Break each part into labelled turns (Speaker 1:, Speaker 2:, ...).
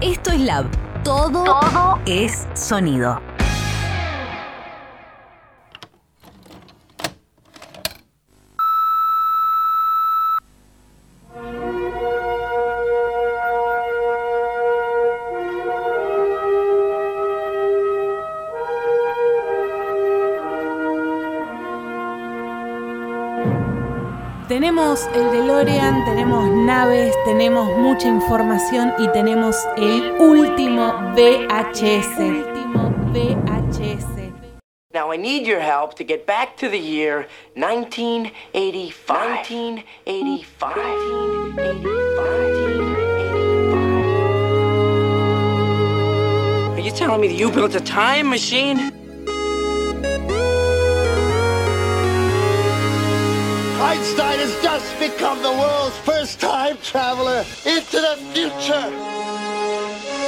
Speaker 1: Esto es Lab. Todo, es sonido.
Speaker 2: Tenemos el DeLorean, tenemos naves, tenemos mucha información y tenemos el último VHS. último VHS.
Speaker 3: Now I need your help to get back to the year 1985. 1985. 1985. Are you telling me that you built a time machine?
Speaker 4: Einstein has just become the world's first time traveler into the future.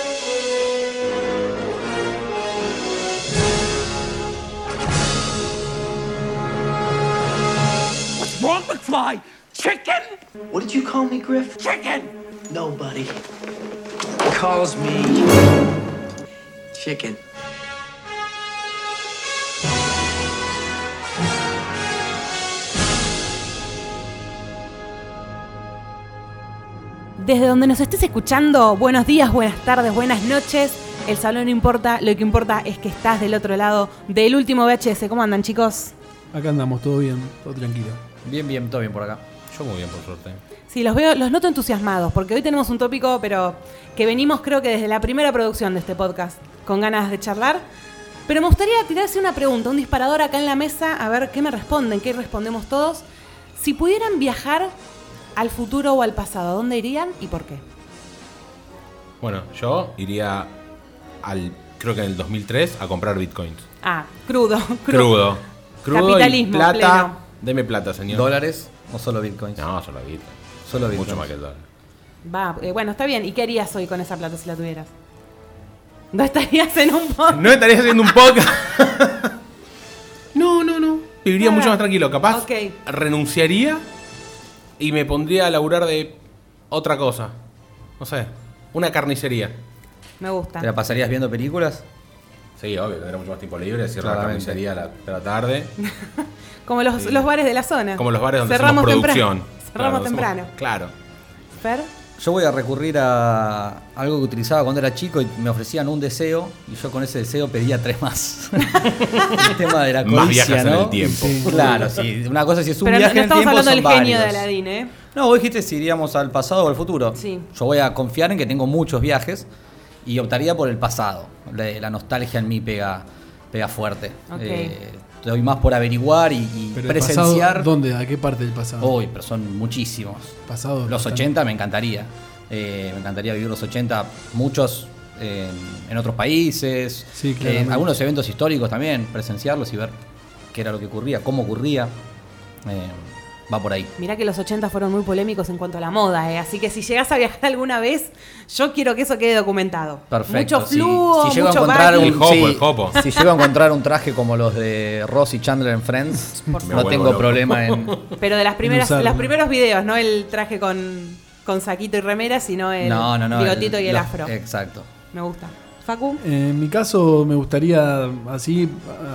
Speaker 5: Wrong McFly! Chicken!
Speaker 6: What did you call me, Griff?
Speaker 5: Chicken!
Speaker 6: Nobody calls me chicken.
Speaker 2: Desde donde nos estés escuchando, buenos días, buenas tardes, buenas noches. El salón no importa, lo que importa es que estás del otro lado del último VHS. ¿Cómo andan, chicos?
Speaker 7: Acá andamos, todo bien, todo tranquilo.
Speaker 8: Bien, bien, todo bien por acá. Yo muy bien, por suerte.
Speaker 2: Sí, los veo, los noto entusiasmados, porque hoy tenemos un tópico, pero que venimos creo que desde la primera producción de este podcast, con ganas de charlar. Pero me gustaría tirarse una pregunta, un disparador acá en la mesa, a ver qué me responden, qué respondemos todos. Si pudieran viajar al futuro o al pasado, ¿a ¿dónde irían y por qué?
Speaker 8: Bueno, yo iría al. Creo que en el 2003 a comprar bitcoins.
Speaker 2: Ah, crudo, crudo.
Speaker 8: Crudo. Crudo
Speaker 2: Capitalismo
Speaker 8: y plata.
Speaker 2: pleno.
Speaker 8: Deme plata, señor.
Speaker 6: ¿Dólares o solo bitcoins?
Speaker 8: No, solo bitcoin.
Speaker 6: Solo
Speaker 8: Mucho
Speaker 6: bitcoins.
Speaker 8: más que el dólar.
Speaker 2: Va, eh, bueno, está bien. ¿Y qué harías hoy con esa plata si la tuvieras? No estarías en un podcast.
Speaker 8: No estarías haciendo un podcast. no, no, no. Viviría
Speaker 2: Nada.
Speaker 8: mucho más tranquilo. Capaz
Speaker 2: Ok.
Speaker 8: renunciaría y me pondría a laburar de otra cosa. No sé, una carnicería.
Speaker 2: Me gusta.
Speaker 6: ¿Te la pasarías viendo películas?
Speaker 8: Sí, obvio, tendría mucho más tiempo libre, cierro la
Speaker 6: Claramente.
Speaker 8: carnicería a la, a la tarde.
Speaker 2: Como los,
Speaker 8: Sí.
Speaker 2: los bares de la zona.
Speaker 8: Como los bares donde
Speaker 2: Cerramos
Speaker 8: hacemos producción.
Speaker 2: temprano. Cerramos
Speaker 8: Claro,
Speaker 2: temprano.
Speaker 8: hacemos- claro.
Speaker 2: Fer,
Speaker 6: Yo voy a recurrir a algo que utilizaba cuando era chico y me ofrecían un deseo y yo con ese deseo pedía tres más. el tema de la codicia,
Speaker 8: Más viajes en
Speaker 6: ¿no?
Speaker 8: el tiempo.
Speaker 6: Sí. Claro, sí. Una cosa si es un
Speaker 2: pero no,
Speaker 6: viaje
Speaker 2: no
Speaker 6: en el
Speaker 2: estamos
Speaker 6: tiempo
Speaker 2: hablando
Speaker 6: son
Speaker 2: del genio de
Speaker 6: varios.
Speaker 2: Aladín, ¿eh?
Speaker 6: No, vos dijiste si iríamos al pasado o al futuro.
Speaker 2: Sí.
Speaker 6: Yo voy a confiar en que tengo muchos viajes y optaría por el pasado. La, la nostalgia en mí pega, pega fuerte.
Speaker 2: Ok.
Speaker 6: doy más por averiguar y, y
Speaker 7: Pero el
Speaker 6: presenciar.
Speaker 7: pasado, ¿dónde? ¿A qué parte del pasado?
Speaker 6: Hoy, pero son muchísimos.
Speaker 7: Pasado,
Speaker 6: Los
Speaker 7: bastante.
Speaker 6: 80 me encantaría. Eh, me encantaría vivir los 80, muchos eh, en otros países.
Speaker 7: Sí,
Speaker 6: Eh,
Speaker 7: claramente.
Speaker 6: algunos eventos históricos también, presenciarlos y ver qué era lo que ocurría, cómo ocurría. Eh, va por ahí.
Speaker 2: Mirá que los 80 fueron muy polémicos en cuanto a la moda, ¿eh? Así que si llegas a viajar alguna vez, yo quiero que eso quede documentado.
Speaker 6: Perfecto.
Speaker 2: Mucho
Speaker 6: si-
Speaker 2: flujo,
Speaker 6: si, llego a
Speaker 2: mucho
Speaker 6: encontrar
Speaker 2: baggy.
Speaker 6: un,
Speaker 8: El jopo,
Speaker 6: sí,
Speaker 8: el jopo.
Speaker 6: si llego a encontrar un traje como los de Ross y Chandler en Friends,
Speaker 2: Por favor. Me
Speaker 6: no
Speaker 8: vuelvo
Speaker 6: tengo
Speaker 8: loco.
Speaker 6: problema en
Speaker 2: Pero de las primeras,
Speaker 7: usarlo.
Speaker 2: los primeros videos, no el traje con, con saquito y remera, sino el
Speaker 6: no, no, eh. no,
Speaker 2: bigotito y el
Speaker 6: los-
Speaker 2: afro.
Speaker 6: Exacto.
Speaker 2: Me gusta. Facu,
Speaker 7: En mi caso me gustaría así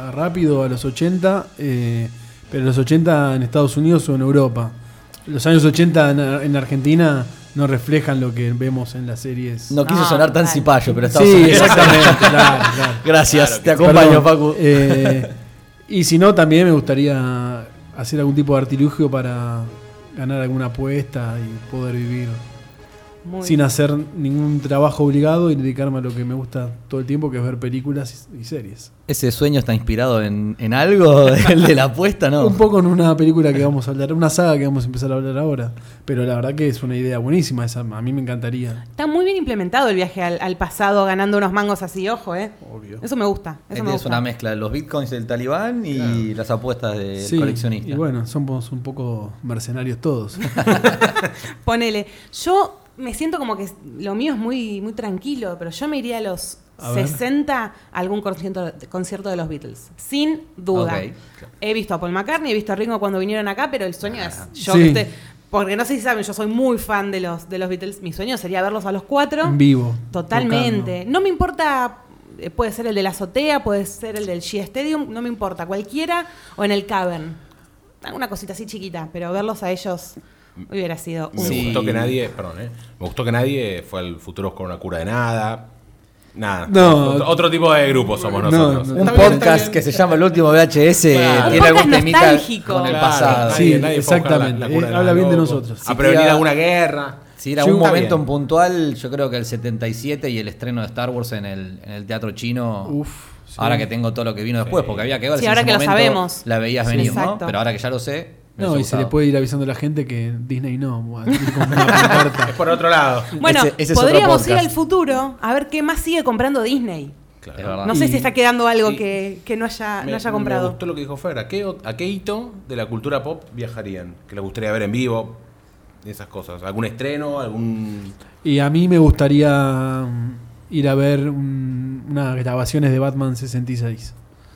Speaker 7: a- rápido a los 80, eh, pero los 80 en Estados Unidos o en Europa. Los años 80 en, en Argentina no reflejan lo que vemos en las series.
Speaker 6: No quise
Speaker 2: No,
Speaker 6: sonar tan
Speaker 2: vale.
Speaker 6: cipayo, pero estaba
Speaker 7: sí, exactamente. claro, claro.
Speaker 6: Gracias, te
Speaker 7: Perdón.
Speaker 6: acompaño, Facu.
Speaker 7: Eh, y si no, también me gustaría hacer algún tipo de artilugio para ganar alguna apuesta y poder vivir
Speaker 2: muy
Speaker 7: sin hacer ningún trabajo obligado y dedicarme a lo que me gusta todo el tiempo, que es ver películas y, y series.
Speaker 6: ¿Ese sueño está inspirado en, en algo? ¿El de la apuesta? No.
Speaker 7: Un poco en una película que vamos a hablar, una saga que vamos a empezar a hablar ahora, pero la verdad que es una idea buenísima, esa, a mí me encantaría.
Speaker 2: Está muy bien implementado el viaje al, al pasado ganando unos mangos así, ojo, ¿eh?
Speaker 7: Obvio.
Speaker 2: Eso me gusta. Eso me
Speaker 6: Este es
Speaker 2: gusta.
Speaker 6: una mezcla de los bitcoins del talibán y las apuestas del
Speaker 7: Sí,
Speaker 6: coleccionista.
Speaker 7: y bueno, somos un poco mercenarios todos.
Speaker 2: Ponele. Yo me siento como que lo mío es muy, muy tranquilo, pero yo me iría a los
Speaker 7: A ver.
Speaker 2: 60 a algún concierto, concierto de los Beatles. Sin duda.
Speaker 6: Ok.
Speaker 7: Ah.
Speaker 2: He visto a Paul McCartney, he visto a Ringo cuando vinieron acá, pero el sueño es yo
Speaker 7: Sí.
Speaker 2: que esté- Porque no sé si saben, yo soy muy fan de los, de los Beatles. Mi sueño sería verlos a los cuatro.
Speaker 7: En vivo,
Speaker 2: Totalmente. No me importa, eh, puede ser el de la azotea, puede ser el del Shea Stadium, no me importa. Cualquiera o en el Cavern. Alguna cosita así chiquita, pero verlos a ellos hubiera sido un...
Speaker 8: Me
Speaker 9: Sí.
Speaker 8: gustó que nadie, perdón, ¿eh? Me gustó que nadie fue al futuro con una cura de nada. Nada.
Speaker 7: No.
Speaker 8: Otro, otro tipo de grupo somos
Speaker 7: No,
Speaker 8: nosotros.
Speaker 7: no.
Speaker 6: Un
Speaker 8: Está bien,
Speaker 6: podcast
Speaker 8: está
Speaker 6: que
Speaker 8: bien.
Speaker 6: se llama El último VHS
Speaker 8: Claro.
Speaker 6: tiene
Speaker 2: Un
Speaker 6: algún
Speaker 2: podcast
Speaker 6: temita
Speaker 2: nostálgico.
Speaker 6: con el
Speaker 8: Claro,
Speaker 6: pasado.
Speaker 7: Sí,
Speaker 8: nadie fue a buscar
Speaker 7: exactamente.
Speaker 8: cura de
Speaker 7: Eh,
Speaker 8: nada,
Speaker 7: habla bien de
Speaker 8: loco.
Speaker 7: nosotros.
Speaker 8: A
Speaker 6: Si
Speaker 8: prevenir
Speaker 6: queda-
Speaker 8: alguna guerra.
Speaker 6: Si era
Speaker 8: Sí,
Speaker 6: un
Speaker 8: está
Speaker 6: momento
Speaker 8: bien.
Speaker 6: en puntual, yo creo que el 77 y el estreno de Star Wars en el, en el teatro chino.
Speaker 7: Uf, sí.
Speaker 6: Ahora que tengo todo lo que vino después, porque había que ver
Speaker 2: Sí,
Speaker 6: si en
Speaker 2: ahora
Speaker 6: ese
Speaker 2: que lo
Speaker 6: momento
Speaker 2: sabemos.
Speaker 6: La veías
Speaker 2: Sí,
Speaker 6: venir, ¿no?
Speaker 2: exacto.
Speaker 6: Pero ahora que ya lo sé. me
Speaker 7: No,
Speaker 6: hubiese
Speaker 7: y se le
Speaker 6: gustado.
Speaker 7: puede ir avisando a la gente que Disney no. va a ir con una pancarta.
Speaker 8: Es por otro lado.
Speaker 2: Bueno,
Speaker 6: Ese- ese es otro
Speaker 2: podríamos ir
Speaker 6: podcast.
Speaker 2: al futuro a ver qué más sigue comprando Disney.
Speaker 6: Es verdad.
Speaker 2: No sé
Speaker 7: Y-
Speaker 2: si está quedando algo
Speaker 8: y-
Speaker 2: que, que no haya,
Speaker 8: Me-
Speaker 2: Ah, no haya
Speaker 8: Me
Speaker 2: comprado.
Speaker 8: gustó lo que dijo Fer. ¿A qué, o- a qué hito de la cultura pop viajarían? Que les gustaría ver en vivo. Y Esas cosas. ¿Algún estreno? ¿Algún.?
Speaker 7: Y a mí me gustaría mm, ir a ver un- unas grabaciones de Batman 66,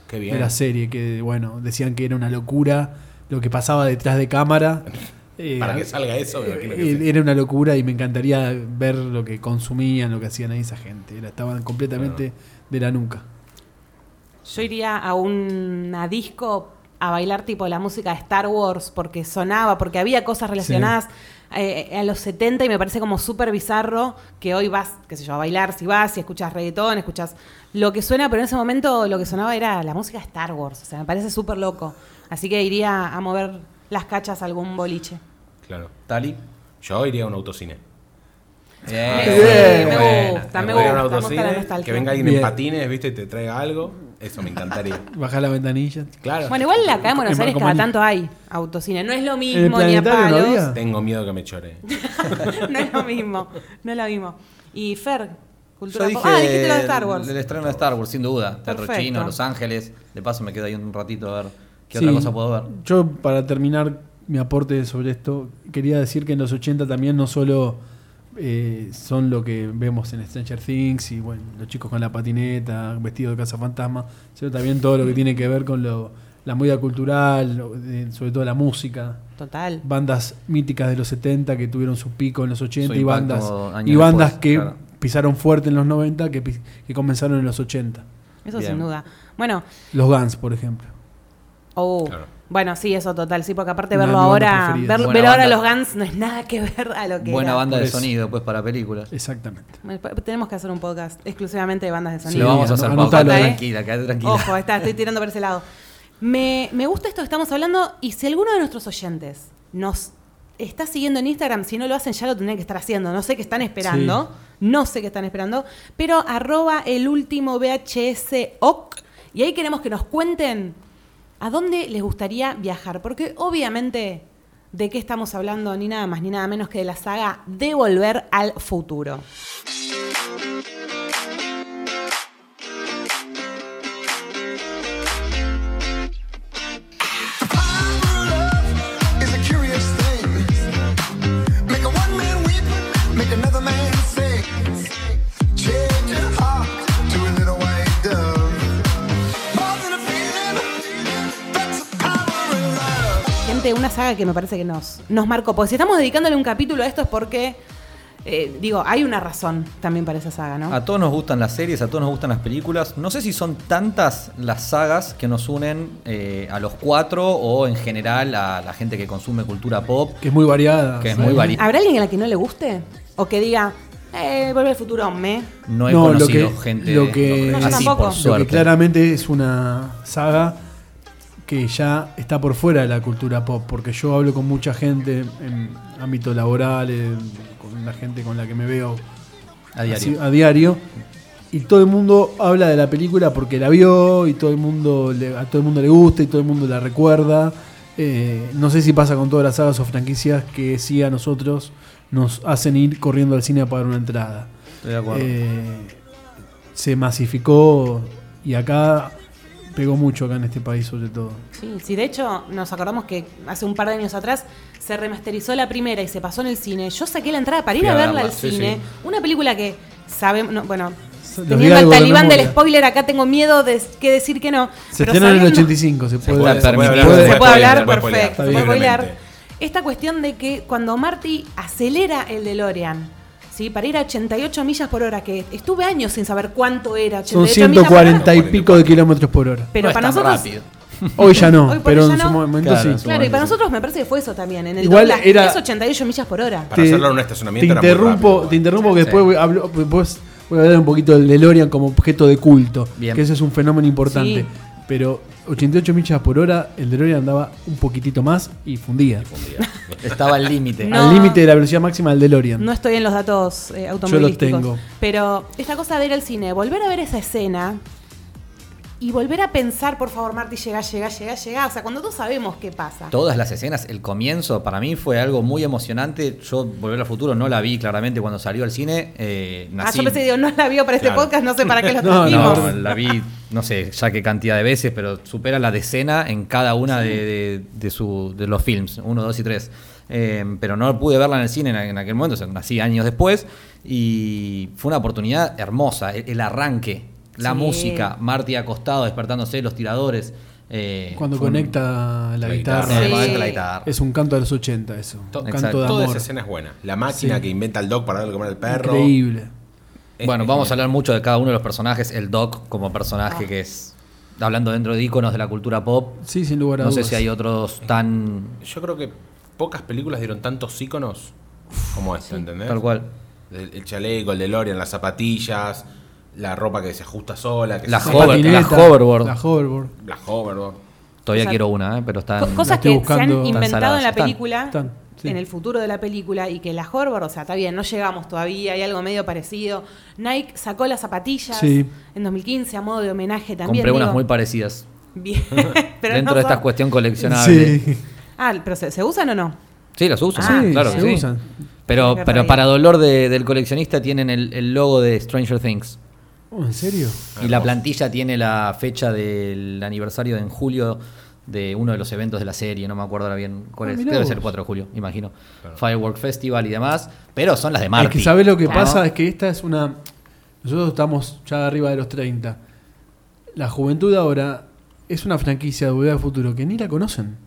Speaker 8: Qué
Speaker 7: de
Speaker 8: bien.
Speaker 7: la serie, que bueno, decían que era una locura lo que pasaba detrás de cámara. Eh,
Speaker 8: Para que salga eso, me imagino que
Speaker 7: eh,
Speaker 8: sí.
Speaker 7: Era una locura y me encantaría ver lo que consumían, lo que hacían ahí esa gente. Era- estaban completamente de la nuca.
Speaker 2: Yo iría a una disco a bailar tipo la música de Star Wars porque sonaba, porque había cosas relacionadas eh, a los 70 y me parece como súper bizarro que hoy vas, qué sé yo, a bailar, si vas, si escuchas reggaetón, escuchas lo que suena, pero en ese momento lo que sonaba era la música de Star Wars, o sea, me parece súper loco. Así que iría a mover las cachas a algún boliche.
Speaker 8: Claro.
Speaker 6: Tali.
Speaker 8: Yo iría a un autocine.
Speaker 6: Bien.
Speaker 2: Sí,
Speaker 8: Eh,
Speaker 2: Eh, me
Speaker 6: Buena.
Speaker 2: gusta, me
Speaker 8: Voy a ir
Speaker 2: gusta, me
Speaker 8: a un
Speaker 2: gusta la
Speaker 8: autocine,
Speaker 2: nostalgia.
Speaker 8: Que venga alguien en
Speaker 7: Bien.
Speaker 8: patines, viste, y te traiga algo. Eso me encantaría.
Speaker 7: Bajar la ventanilla.
Speaker 8: Claro.
Speaker 2: Bueno, igual acá en Buenos
Speaker 7: En
Speaker 2: Aires cada
Speaker 7: Marcomani.
Speaker 2: tanto hay autocine, no es lo
Speaker 7: ¿En el
Speaker 2: mismo ni a
Speaker 7: planetario no
Speaker 2: palos.
Speaker 7: había?
Speaker 8: Tengo miedo que me chore.
Speaker 2: no es lo mismo, no es lo mismo. Y Fer,
Speaker 6: Yo
Speaker 2: cultura
Speaker 6: dije
Speaker 2: pop. Ah, dijiste lo de Star Wars.
Speaker 6: El estreno de Star Wars, sin duda. Teatro
Speaker 2: Perfecto.
Speaker 6: Chino, Los Ángeles. De paso me quedo ahí un ratito a ver qué
Speaker 7: Sí.
Speaker 6: otra cosa puedo ver.
Speaker 7: Yo, para terminar mi aporte sobre esto, quería decir que en los 80 también no solo eh, son lo que vemos en Stranger Things y bueno, los chicos con la patineta, vestidos de cazafantasma, sino también todo lo que tiene que ver con lo- la movida cultural, lo- de- sobre todo la música.
Speaker 2: Total.
Speaker 7: Bandas míticas de los 70 que tuvieron su pico en los 80
Speaker 6: Su
Speaker 7: y
Speaker 6: impacto
Speaker 7: bandas,
Speaker 6: años
Speaker 7: y bandas
Speaker 6: después,
Speaker 7: que
Speaker 6: claro.
Speaker 7: pisaron fuerte en los 90 que, pis- que comenzaron en los 80.
Speaker 2: Eso
Speaker 6: Bien.
Speaker 2: sin duda. Bueno,
Speaker 7: Los Guns, por ejemplo.
Speaker 2: oh,
Speaker 8: Claro.
Speaker 2: bueno, sí, eso total. Sí, porque aparte
Speaker 7: Una
Speaker 2: verlo
Speaker 7: de mis bandas
Speaker 2: ahora,
Speaker 7: preferidas.
Speaker 2: ver,
Speaker 6: Buena
Speaker 2: ver ahora
Speaker 6: banda.
Speaker 2: los Guns no es nada que ver a lo que
Speaker 6: Buena
Speaker 2: era.
Speaker 6: banda
Speaker 7: por
Speaker 6: de
Speaker 7: eso.
Speaker 6: sonido, pues, para películas.
Speaker 7: Exactamente.
Speaker 2: Me- Tenemos que hacer un podcast exclusivamente de bandas de
Speaker 6: Sí,
Speaker 2: sonido.
Speaker 6: lo vamos a
Speaker 7: ano-
Speaker 6: hacer
Speaker 7: anotalo,
Speaker 6: Pauta,
Speaker 2: eh.
Speaker 6: tranquila, quédate tranquila.
Speaker 2: Ojo, eh. está, estoy tirando por ese lado. Me, me gusta esto que estamos hablando y si alguno de nuestros oyentes nos está siguiendo en Instagram, si no lo hacen ya lo tendrían que estar haciendo. No sé qué están esperando, no sé qué están esperando, pero arroba el último VHS OC y ahí queremos que nos cuenten a dónde les gustaría viajar, porque obviamente de qué estamos hablando ni nada más ni nada menos que de la saga de volver al futuro.
Speaker 10: It's a curious thing. Make a one man weep, make another man sing. Change your heart to a little white dove. More than a feeling, that's the power of love.
Speaker 2: Gente, una saga que me parece que nos, nos marcó. Porque si estamos dedicándole un capítulo a esto es porque, eh, digo, hay una razón también para esa saga, ¿no?
Speaker 7: Ah,
Speaker 6: A todos nos gustan las series, a todos nos gustan las películas. No sé si son tantas las sagas que nos unen eh, a los cuatro o en general a la gente que consume cultura pop,
Speaker 7: Que es muy variada.
Speaker 6: que es
Speaker 7: Sí.
Speaker 6: muy variada.
Speaker 2: ¿Habrá alguien a la que no le guste? O que diga, eh, vuelve al futuro, me.
Speaker 6: No he
Speaker 7: No, lo
Speaker 6: conocido
Speaker 7: que-
Speaker 6: gente
Speaker 7: lo que- No, yo
Speaker 6: así,
Speaker 2: tampoco. Lo que
Speaker 6: por
Speaker 7: Lo que
Speaker 6: suerte.
Speaker 7: claramente es una saga que ya está por fuera de la cultura pop, porque yo hablo con mucha gente en ámbito laboral, en- con la gente con la que me veo
Speaker 6: a diario.
Speaker 7: así, a diario, y todo el mundo habla de la película porque la vio y todo el mundo le- a todo el mundo le gusta y todo el mundo la recuerda. Eh, no sé si pasa con todas las sagas o franquicias que sí a nosotros nos hacen ir corriendo al cine a pagar una entrada.
Speaker 6: Estoy de acuerdo.
Speaker 7: Eh, se masificó y acá pegó mucho acá en este país sobre todo.
Speaker 2: Sí, sí, de hecho nos acordamos que hace un par de años atrás se remasterizó la primera y se pasó en el cine. Yo saqué la entrada para ir
Speaker 8: Fui
Speaker 2: a
Speaker 8: a
Speaker 2: verla
Speaker 8: verla,
Speaker 2: al
Speaker 8: sí,
Speaker 2: cine.
Speaker 8: sí.
Speaker 2: Una película que sabemos, no, bueno,
Speaker 7: Los
Speaker 2: teniendo al
Speaker 7: diálogos de
Speaker 2: talibán del
Speaker 7: memoria.
Speaker 2: spoiler acá tengo miedo de que decir que no.
Speaker 7: Se
Speaker 2: pero
Speaker 7: estrenó en el
Speaker 2: sabiendo-
Speaker 7: 85, se
Speaker 6: puede
Speaker 7: puede
Speaker 6: hacer.
Speaker 8: hablar,
Speaker 6: Se
Speaker 8: puede
Speaker 2: Se puede hablar,
Speaker 8: spoilear,
Speaker 2: perfecto. Se puede
Speaker 8: libremente.
Speaker 2: spoilear. esta cuestión de que cuando Marty acelera el DeLorean, ¿sí? para ir a 88 millas por hora, que estuve años sin saber cuánto era. 88
Speaker 7: Son
Speaker 2: millas por hora,
Speaker 7: 140 y pico de kilómetros por hora.
Speaker 2: Pero
Speaker 6: No es
Speaker 2: para
Speaker 6: tan
Speaker 2: nosotros.
Speaker 6: rápido.
Speaker 7: Hoy ya no,
Speaker 2: Hoy por
Speaker 7: pero
Speaker 2: hoy ya
Speaker 7: en su
Speaker 2: no.
Speaker 7: momento
Speaker 6: Claro, en
Speaker 7: sí.
Speaker 6: su
Speaker 2: Claro, y para
Speaker 6: momento,
Speaker 2: nosotros me parece que fue eso también. En el
Speaker 7: Igual
Speaker 2: Igual
Speaker 7: era-
Speaker 2: es 88 millas por hora.
Speaker 8: Para hacerlo en un estacionamiento
Speaker 7: te
Speaker 8: era muy
Speaker 7: interrumpo,
Speaker 8: rápido,
Speaker 7: Te interrumpo que
Speaker 6: Sí.
Speaker 7: después voy, hablo- después voy a hablar un poquito del DeLorean como objeto de culto.
Speaker 6: Bien.
Speaker 7: Que ese es un fenómeno importante.
Speaker 2: Sí.
Speaker 7: Pero 88 millas por hora, el DeLorean andaba un poquitito más y fundía.
Speaker 6: Estaba al límite.
Speaker 2: No.
Speaker 7: Al límite de la velocidad máxima del DeLorean.
Speaker 2: No estoy en los datos eh, automovilísticos.
Speaker 7: tengo.
Speaker 2: Pero esta cosa de ir al cine, volver a ver esa escena y volver a pensar, por favor, Marty, llega, llega, llega, llega. O sea, cuando todos sabemos qué pasa.
Speaker 6: Todas las escenas, el comienzo para mí fue algo muy emocionante. Yo Volver al Futuro no la vi claramente cuando salió al cine. eh,
Speaker 2: Ah,
Speaker 6: nací-
Speaker 2: yo pensé, digo, no la vio para este
Speaker 8: Claro.
Speaker 2: podcast, no sé para qué lo
Speaker 7: No,
Speaker 2: transmitimos.
Speaker 6: No, la vi no sé ya qué cantidad de veces, pero supera la decena en cada una de, de- de su, de los films, uno, dos y tres. Eh, pero no pude verla en el cine en, en aquel momento, o sea, nací años después y fue una oportunidad hermosa, el, el arranque, la
Speaker 2: Sí.
Speaker 6: música, Marty acostado, despertándose, los tiradores. eh,
Speaker 7: Cuando
Speaker 6: fue un-
Speaker 7: conecta la
Speaker 8: la
Speaker 7: guitarra.
Speaker 8: guitarra.
Speaker 2: Sí.
Speaker 6: Cuando conecta la guitarra.
Speaker 7: Es un canto de los 80 eso.
Speaker 8: To-
Speaker 7: un
Speaker 6: exacto.
Speaker 7: canto de
Speaker 8: Toda
Speaker 7: amor.
Speaker 8: esa escena es buena. La máquina
Speaker 7: Sí.
Speaker 8: que inventa el Doc para darle de comer al perro.
Speaker 7: Increíble.
Speaker 8: Es-
Speaker 6: Bueno,
Speaker 8: es
Speaker 6: vamos a
Speaker 8: genial.
Speaker 6: hablar mucho de cada uno de los personajes. El Doc como
Speaker 2: Ah.
Speaker 6: personaje que es, hablando dentro de íconos de la cultura pop.
Speaker 7: Sí, sin lugar a
Speaker 6: No sé
Speaker 7: dudas.
Speaker 6: si hay otros tan...
Speaker 8: Yo creo que pocas películas dieron tantos íconos como esta, ¿entendés?
Speaker 6: Tal cual.
Speaker 8: El, el chaleco, el DeLorean, las zapatillas, la ropa que se ajusta sola, que
Speaker 6: La
Speaker 8: se
Speaker 7: La
Speaker 6: hover-
Speaker 7: patineta,
Speaker 6: la hoverboard.
Speaker 7: La hoverboard.
Speaker 8: la hoverboard.
Speaker 6: Todavía
Speaker 2: O sea,
Speaker 6: quiero una, eh, pero está...
Speaker 2: Co-
Speaker 6: en-
Speaker 2: Cosas
Speaker 7: estoy
Speaker 2: que se
Speaker 7: buscando.
Speaker 2: han
Speaker 7: Están
Speaker 2: inventado
Speaker 6: saladas,
Speaker 2: en la
Speaker 6: están,
Speaker 2: película,
Speaker 7: están, sí.
Speaker 2: en el futuro de la película, y que la Horvath, o sea, está bien, no llegamos todavía, hay algo medio parecido. Nike sacó las zapatillas
Speaker 7: Sí.
Speaker 2: en 2015 a modo de homenaje también.
Speaker 6: Compré unas
Speaker 2: digo,
Speaker 6: muy parecidas.
Speaker 2: bien, pero
Speaker 6: dentro
Speaker 2: no
Speaker 6: de esta
Speaker 2: son-
Speaker 6: cuestión coleccionable. Sí,
Speaker 7: Sí.
Speaker 2: Ah, pero ¿se, se usan o no?
Speaker 6: las usan,
Speaker 7: Ah,
Speaker 6: sí, claro
Speaker 7: se
Speaker 6: que sí.
Speaker 7: usan.
Speaker 6: Pero,
Speaker 2: Me
Speaker 6: pero
Speaker 2: reí.
Speaker 6: para dolor de- del coleccionista tienen el, el logo de Stranger Things.
Speaker 7: Oh, ¿En serio?
Speaker 6: Y la plantilla tiene la fecha del aniversario en julio de uno de los eventos de la serie, no me acuerdo ahora bien cuál
Speaker 7: Ah,
Speaker 6: es.
Speaker 7: mirá
Speaker 6: Debe
Speaker 7: vos.
Speaker 6: ser el 4 de julio, imagino. Firework Festival y demás, pero son las de Marty. Ah.
Speaker 7: Es que sabes lo que
Speaker 6: ¿no?
Speaker 7: pasa, es que esta es una. Nosotros estamos ya arriba de los 30. La juventud ahora es una franquicia de Volver al Futuro que ni la conocen.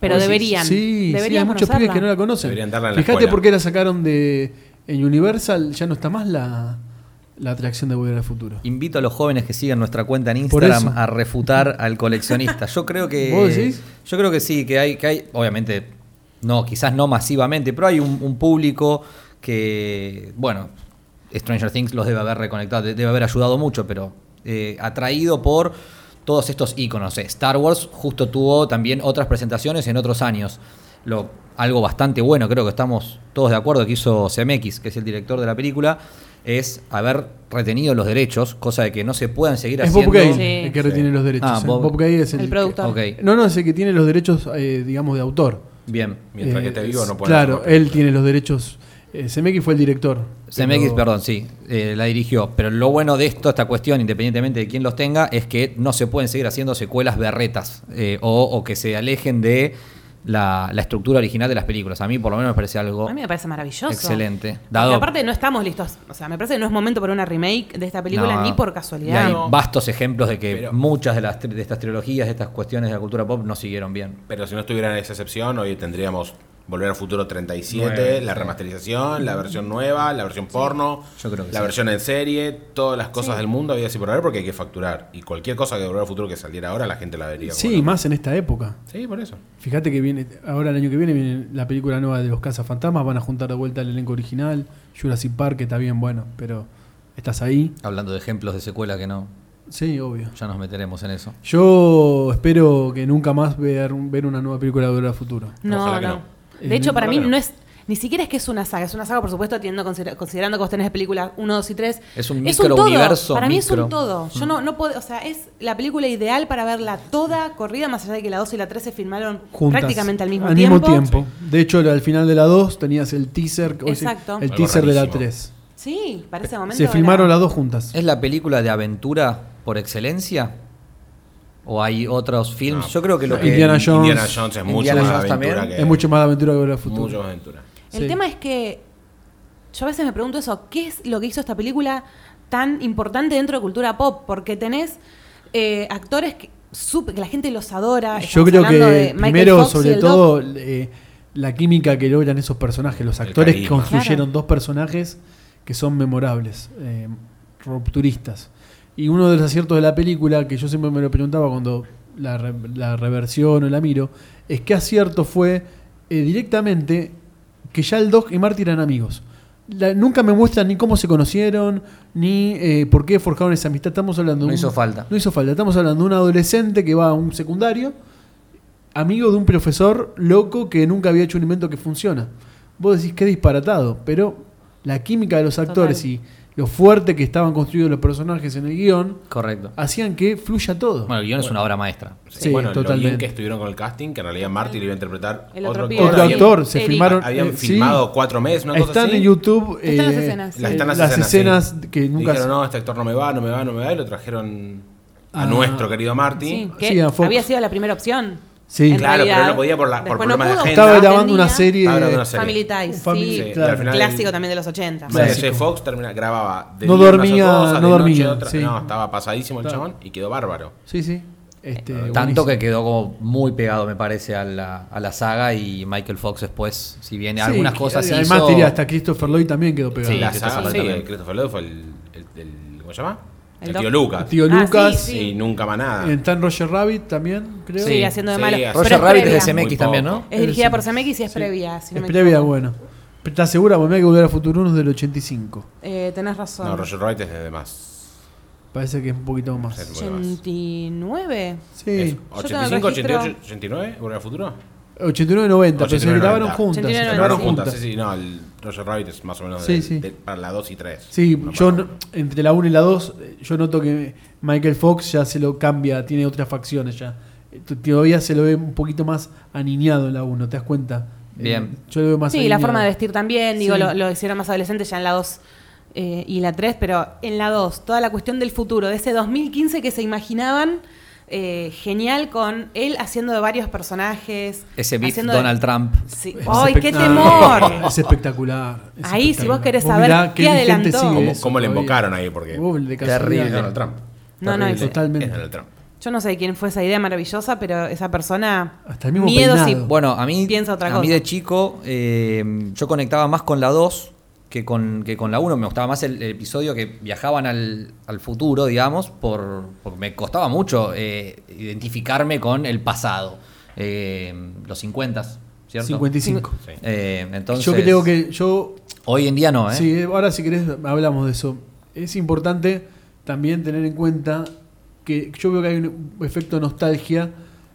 Speaker 2: Pero
Speaker 7: Vos decís,
Speaker 2: deberían.
Speaker 7: Sí, sí, hay
Speaker 2: deberían
Speaker 7: muchos
Speaker 2: conocerla.
Speaker 7: pibes que no la conocen.
Speaker 8: Deberían darla en la
Speaker 7: Fíjate
Speaker 8: escuela.
Speaker 7: por qué la sacaron de. En Universal ya no está más la, la atracción de Volver al Futuro.
Speaker 6: Invito a los jóvenes que sigan nuestra cuenta en
Speaker 7: Por
Speaker 6: Instagram
Speaker 7: eso.
Speaker 6: a refutar al coleccionista. Yo creo que.
Speaker 7: ¿Vos decís?
Speaker 6: Yo creo que sí, que hay, que hay. Obviamente, no, quizás no masivamente, pero hay un, un público que. Bueno, Stranger Things los debe haber reconectado, de- debe haber ayudado mucho, pero eh, atraído por todos estos íconos. Eh, Star Wars justo tuvo también otras presentaciones en otros años. Lo, algo bastante bueno, creo que estamos todos de acuerdo, que hizo CMX, que es el director de la película, es haber retenido los derechos, cosa de que no se puedan seguir
Speaker 7: Es Bob
Speaker 6: haciendo.
Speaker 7: Gay
Speaker 2: Sí.
Speaker 7: el que retiene los derechos.
Speaker 6: Ah,
Speaker 7: ¿eh?
Speaker 6: Bob-
Speaker 7: Bob, Gay es el,
Speaker 2: El productor.
Speaker 6: Ok,
Speaker 7: que- No, no, es el que tiene los derechos, eh, digamos, de autor.
Speaker 6: bien.
Speaker 8: Mientras
Speaker 7: Eh,
Speaker 8: que te vivo no puedo
Speaker 7: Claro, él tiene los derechos. Eh, CMX fue el director.
Speaker 6: CMX,
Speaker 7: pero-
Speaker 6: perdón, sí, eh, la dirigió. Pero lo bueno de esto, esta cuestión, independientemente de quién los tenga, es que no se pueden seguir haciendo secuelas berretas eh, o, o que se alejen de la, la estructura original de las películas. A mí, por lo menos, me parece algo.
Speaker 2: A mí me parece maravilloso.
Speaker 6: Excelente. Dado-
Speaker 2: Dado... aparte no estamos listos. O sea, me parece que no es momento para una remake de esta película
Speaker 6: No.
Speaker 2: ni por
Speaker 6: Y
Speaker 2: casualidad.
Speaker 6: hay
Speaker 8: No.
Speaker 6: vastos ejemplos de que
Speaker 8: Pero-
Speaker 6: muchas de, las, tri- de estas trilogías, de estas cuestiones de la cultura pop, no siguieron bien.
Speaker 8: Pero si no estuviera esa excepción, hoy tendríamos Volver al Futuro 37,
Speaker 6: Nueve,
Speaker 8: la
Speaker 6: sí.
Speaker 8: remasterización, la versión nueva, la versión porno,
Speaker 6: yo creo que
Speaker 8: la
Speaker 6: sí.
Speaker 8: versión en serie, todas las cosas del mundo había así por haber porque hay que facturar. Y cualquier cosa que de Volver al Futuro que saliera ahora, la gente la vería.
Speaker 7: Sí,
Speaker 8: Bueno,
Speaker 7: más en esta época.
Speaker 8: Sí, por eso.
Speaker 7: Fíjate que viene, ahora el año que viene viene la película nueva de los cazafantasmas, van a juntar de vuelta el elenco original, Jurassic Park, que está bien bueno, pero estás ahí.
Speaker 6: Hablando de ejemplos de secuela que no,
Speaker 7: Sí, obvio.
Speaker 6: ya nos meteremos en eso.
Speaker 7: Yo espero que nunca más ver, un- ver una nueva película de Volver al Futuro.
Speaker 2: No,
Speaker 8: Ojalá que
Speaker 2: no.
Speaker 8: no.
Speaker 2: De hecho, para mí
Speaker 8: Ojalá que no.
Speaker 2: no es. Ni siquiera es que es una saga. Es una saga, por supuesto, teniendo, considera- considerando que vos tenés películas 1, 2 y 3.
Speaker 6: Es un microuniverso,
Speaker 2: Para mí es
Speaker 6: micro.
Speaker 2: un todo. Yo no, no puedo. O sea, es la película ideal para verla toda corrida, más allá de que la 2 y la 3 se filmaron
Speaker 7: Juntas.
Speaker 2: prácticamente al mismo
Speaker 7: al
Speaker 2: tiempo.
Speaker 7: tiempo. De hecho, al final de la 2 tenías el teaser, o sea,
Speaker 2: Exacto.
Speaker 7: el
Speaker 8: Algo
Speaker 7: teaser de la
Speaker 8: rarísimo.
Speaker 7: 3.
Speaker 2: Sí, para ese momento.
Speaker 7: Se
Speaker 2: era-
Speaker 7: filmaron las dos juntas.
Speaker 6: ¿Es la película de aventura por excelencia? ¿O hay otros films?
Speaker 8: No.
Speaker 6: Yo creo que lo que.
Speaker 7: Indiana Jones.
Speaker 8: Indiana Jones es mucho
Speaker 6: Indiana
Speaker 8: más
Speaker 6: Jones
Speaker 8: aventura
Speaker 6: también.
Speaker 8: que.
Speaker 7: Es mucho más de aventura que Volver al Futuro.
Speaker 8: mucho más aventura.
Speaker 2: El
Speaker 7: Sí.
Speaker 2: tema es que yo a veces me pregunto eso, ¿qué es lo que hizo esta película tan importante dentro de cultura pop? Porque tenés eh, actores que, sup- que la gente los adora.
Speaker 7: Yo
Speaker 2: Estamos
Speaker 7: creo que
Speaker 2: hablando de Michael
Speaker 7: primero,
Speaker 2: Fox y
Speaker 7: sobre
Speaker 2: el
Speaker 7: todo, eh, la química que logran esos personajes. Los actores
Speaker 8: carisma.
Speaker 7: construyeron dos personajes que son memorables, eh, rupturistas. Y uno de los aciertos de la película, que yo siempre me lo preguntaba cuando la, re- la reversión o la miro, es qué acierto fue eh, directamente que ya el Doc y Marty eran amigos. La- nunca me muestran ni cómo se conocieron, ni eh, por qué forjaron esa amistad. Estamos hablando de
Speaker 6: No
Speaker 7: un-
Speaker 6: hizo falta.
Speaker 7: No hizo falta. Estamos hablando de un adolescente que va a un secundario, amigo de un profesor loco que nunca había hecho un invento que funciona. Vos decís que disparatado, pero la química de los actores
Speaker 2: Total.
Speaker 7: y lo fuerte que estaban construidos los personajes en el guión
Speaker 6: Correcto.
Speaker 7: hacían que fluya todo.
Speaker 6: Bueno, el guión es una obra maestra.
Speaker 7: sí,
Speaker 8: bueno, lo bien
Speaker 7: totalmente.
Speaker 8: que estuvieron con el casting, que en realidad Marty lo iba a interpretar
Speaker 2: El otro
Speaker 8: otro actor.
Speaker 2: pibe.
Speaker 7: Otro
Speaker 8: Habían-
Speaker 7: actor, se
Speaker 2: Eric.
Speaker 7: filmaron.
Speaker 8: Ah, Habían
Speaker 7: eh, sí.
Speaker 8: filmado cuatro meses, una cosa
Speaker 7: Están
Speaker 8: así.
Speaker 7: en YouTube
Speaker 2: Están las
Speaker 7: eh,
Speaker 2: escenas.
Speaker 8: Las- están las
Speaker 7: las
Speaker 8: escenas,
Speaker 7: escenas que
Speaker 8: Y
Speaker 7: nunca
Speaker 8: Dijeron, no, este actor no me va, no me va, no me va, y lo trajeron a
Speaker 7: Ah.
Speaker 8: nuestro querido Marty.
Speaker 2: Sí,
Speaker 7: Sí,
Speaker 2: que
Speaker 7: a Fox.
Speaker 2: había sido la primera opción.
Speaker 7: Sí.
Speaker 2: en
Speaker 8: Claro, pero
Speaker 2: realidad.
Speaker 8: no podía por la- por
Speaker 2: Después
Speaker 8: problemas de
Speaker 2: pudo,
Speaker 8: agenda.
Speaker 7: estaba
Speaker 8: no
Speaker 7: grabando una
Speaker 2: Entendía.
Speaker 7: serie.
Speaker 8: Estaba grabando una serie.
Speaker 2: Family Ties,
Speaker 7: Family-
Speaker 2: sí.
Speaker 8: Sí,
Speaker 7: claro.
Speaker 8: al final-
Speaker 2: Clásico también de los 80.
Speaker 8: Bueno,
Speaker 7: Clásico.
Speaker 8: J. Fox termina, grababa de
Speaker 7: No
Speaker 8: día unas
Speaker 7: dormía,
Speaker 8: cosas, de
Speaker 7: no
Speaker 8: noche
Speaker 7: dormía,
Speaker 8: otras.
Speaker 7: sí.
Speaker 8: No, estaba pasadísimo el
Speaker 7: Claro.
Speaker 8: chabón y quedó bárbaro.
Speaker 7: Sí, sí. Este,
Speaker 6: Eh, Tanto
Speaker 7: buenísimo.
Speaker 6: que quedó como muy pegado, me parece, a la, a la saga y Michael Fox después, si bien
Speaker 7: Sí,
Speaker 6: algunas
Speaker 7: que-
Speaker 6: cosas
Speaker 7: Además,
Speaker 6: hizo...
Speaker 7: te diría, hasta Christopher Lloyd también quedó pegado.
Speaker 8: Sí, la
Speaker 6: que
Speaker 8: saga-
Speaker 6: está
Speaker 8: sí,
Speaker 6: saltando.
Speaker 8: el Christopher Lloyd fue el, el- el- ¿Cómo se llama?
Speaker 2: El
Speaker 8: El,
Speaker 2: doc-
Speaker 8: tío Lucas.
Speaker 7: El tío
Speaker 2: Ah, sí,
Speaker 7: Lucas.
Speaker 2: sí.
Speaker 8: Y nunca más nada.
Speaker 7: En Tan Roger Rabbit también, creo.
Speaker 2: Sí, haciendo de
Speaker 8: sí,
Speaker 2: malo.
Speaker 8: Roger
Speaker 2: Pero
Speaker 6: Roger
Speaker 2: es
Speaker 6: Rabbit
Speaker 2: previa.
Speaker 6: es de
Speaker 8: Muy
Speaker 6: CMX también, ¿no?
Speaker 8: poco.
Speaker 2: Es dirigida por CMX y es previa, si no
Speaker 7: es
Speaker 2: me
Speaker 7: previa,
Speaker 2: equivoco.
Speaker 7: bueno. Pero ¿Estás segura? Porque me que volver a Futurunos del 85.
Speaker 2: Eh, tenés razón.
Speaker 8: No, Roger Wright es de más.
Speaker 7: Parece que es un poquito más.
Speaker 8: Es muy más.
Speaker 2: 89.
Speaker 7: Sí.
Speaker 8: Es
Speaker 2: Yo tengo el
Speaker 8: 85, 88,
Speaker 2: registro.
Speaker 8: 89, ¿Volver al futuro?
Speaker 7: 89 90, pero se
Speaker 8: 89,
Speaker 7: grabaron
Speaker 8: 90.
Speaker 7: juntas. Se
Speaker 2: 89,
Speaker 7: grabaron
Speaker 2: sí.
Speaker 7: juntas.
Speaker 8: Sí, sí, no, el Roger Rabbit es más o menos
Speaker 7: Sí,
Speaker 8: del-
Speaker 7: sí.
Speaker 8: del- para la 2 y 3.
Speaker 7: Sí, yo no- entre la 1 y la 2, eh, yo noto que Michael Fox ya se lo cambia, tiene otras facciones ya. Eh, t- Todavía se lo ve un poquito más aniñado en la 1, ¿te das cuenta? Eh,
Speaker 6: Bien.
Speaker 7: Yo lo veo más
Speaker 2: Sí, la
Speaker 7: aniñado.
Speaker 2: forma de vestir también, digo,
Speaker 7: Sí.
Speaker 2: lo, lo hicieron más adolescente ya en la 2 eh, y la 3, pero en la 2, toda la cuestión del futuro, de ese 2015 que se imaginaban, eh, genial con él haciendo de varios personajes.
Speaker 6: Ese beef
Speaker 2: haciendo de-
Speaker 6: Donald Trump.
Speaker 2: Sí.
Speaker 7: Es
Speaker 2: ¡Ay,
Speaker 7: espect-
Speaker 2: qué
Speaker 7: No,
Speaker 2: temor!
Speaker 7: Es espectacular. es
Speaker 2: Ahí, si vos
Speaker 7: espectacular.
Speaker 2: querés saber
Speaker 7: mirá
Speaker 2: qué
Speaker 7: vigente
Speaker 2: adelantó.
Speaker 7: sigue
Speaker 8: ¿Cómo,
Speaker 7: eso
Speaker 8: cómo le
Speaker 7: todavía.
Speaker 8: invocaron ahí? Porque
Speaker 7: Vos, de casualidad.
Speaker 6: Terrible.
Speaker 8: es Donald Trump.
Speaker 2: No, no,
Speaker 8: Terrible.
Speaker 2: es-
Speaker 7: Totalmente.
Speaker 8: Es Donald Trump.
Speaker 2: Yo no sé quién fue esa idea maravillosa, pero esa persona.
Speaker 7: Hasta el mismo
Speaker 2: miedo
Speaker 7: peinado.
Speaker 2: si-
Speaker 6: Bueno, a mí,
Speaker 2: Piensa otra
Speaker 6: a
Speaker 2: cosa.
Speaker 6: mí de chico eh, yo conectaba más con la 2 que con, que con la 1. Me gustaba más el, el episodio que viajaban al, al futuro, digamos, por, porque me costaba mucho eh, identificarme con el pasado. Eh, los 50, ¿cierto?
Speaker 7: 55.
Speaker 6: Eh, entonces,
Speaker 7: Yo creo que yo
Speaker 6: Hoy en día no, ¿eh?
Speaker 7: Sí, ahora si querés hablamos de eso. Es importante también tener en cuenta que yo veo que hay un efecto nostalgia.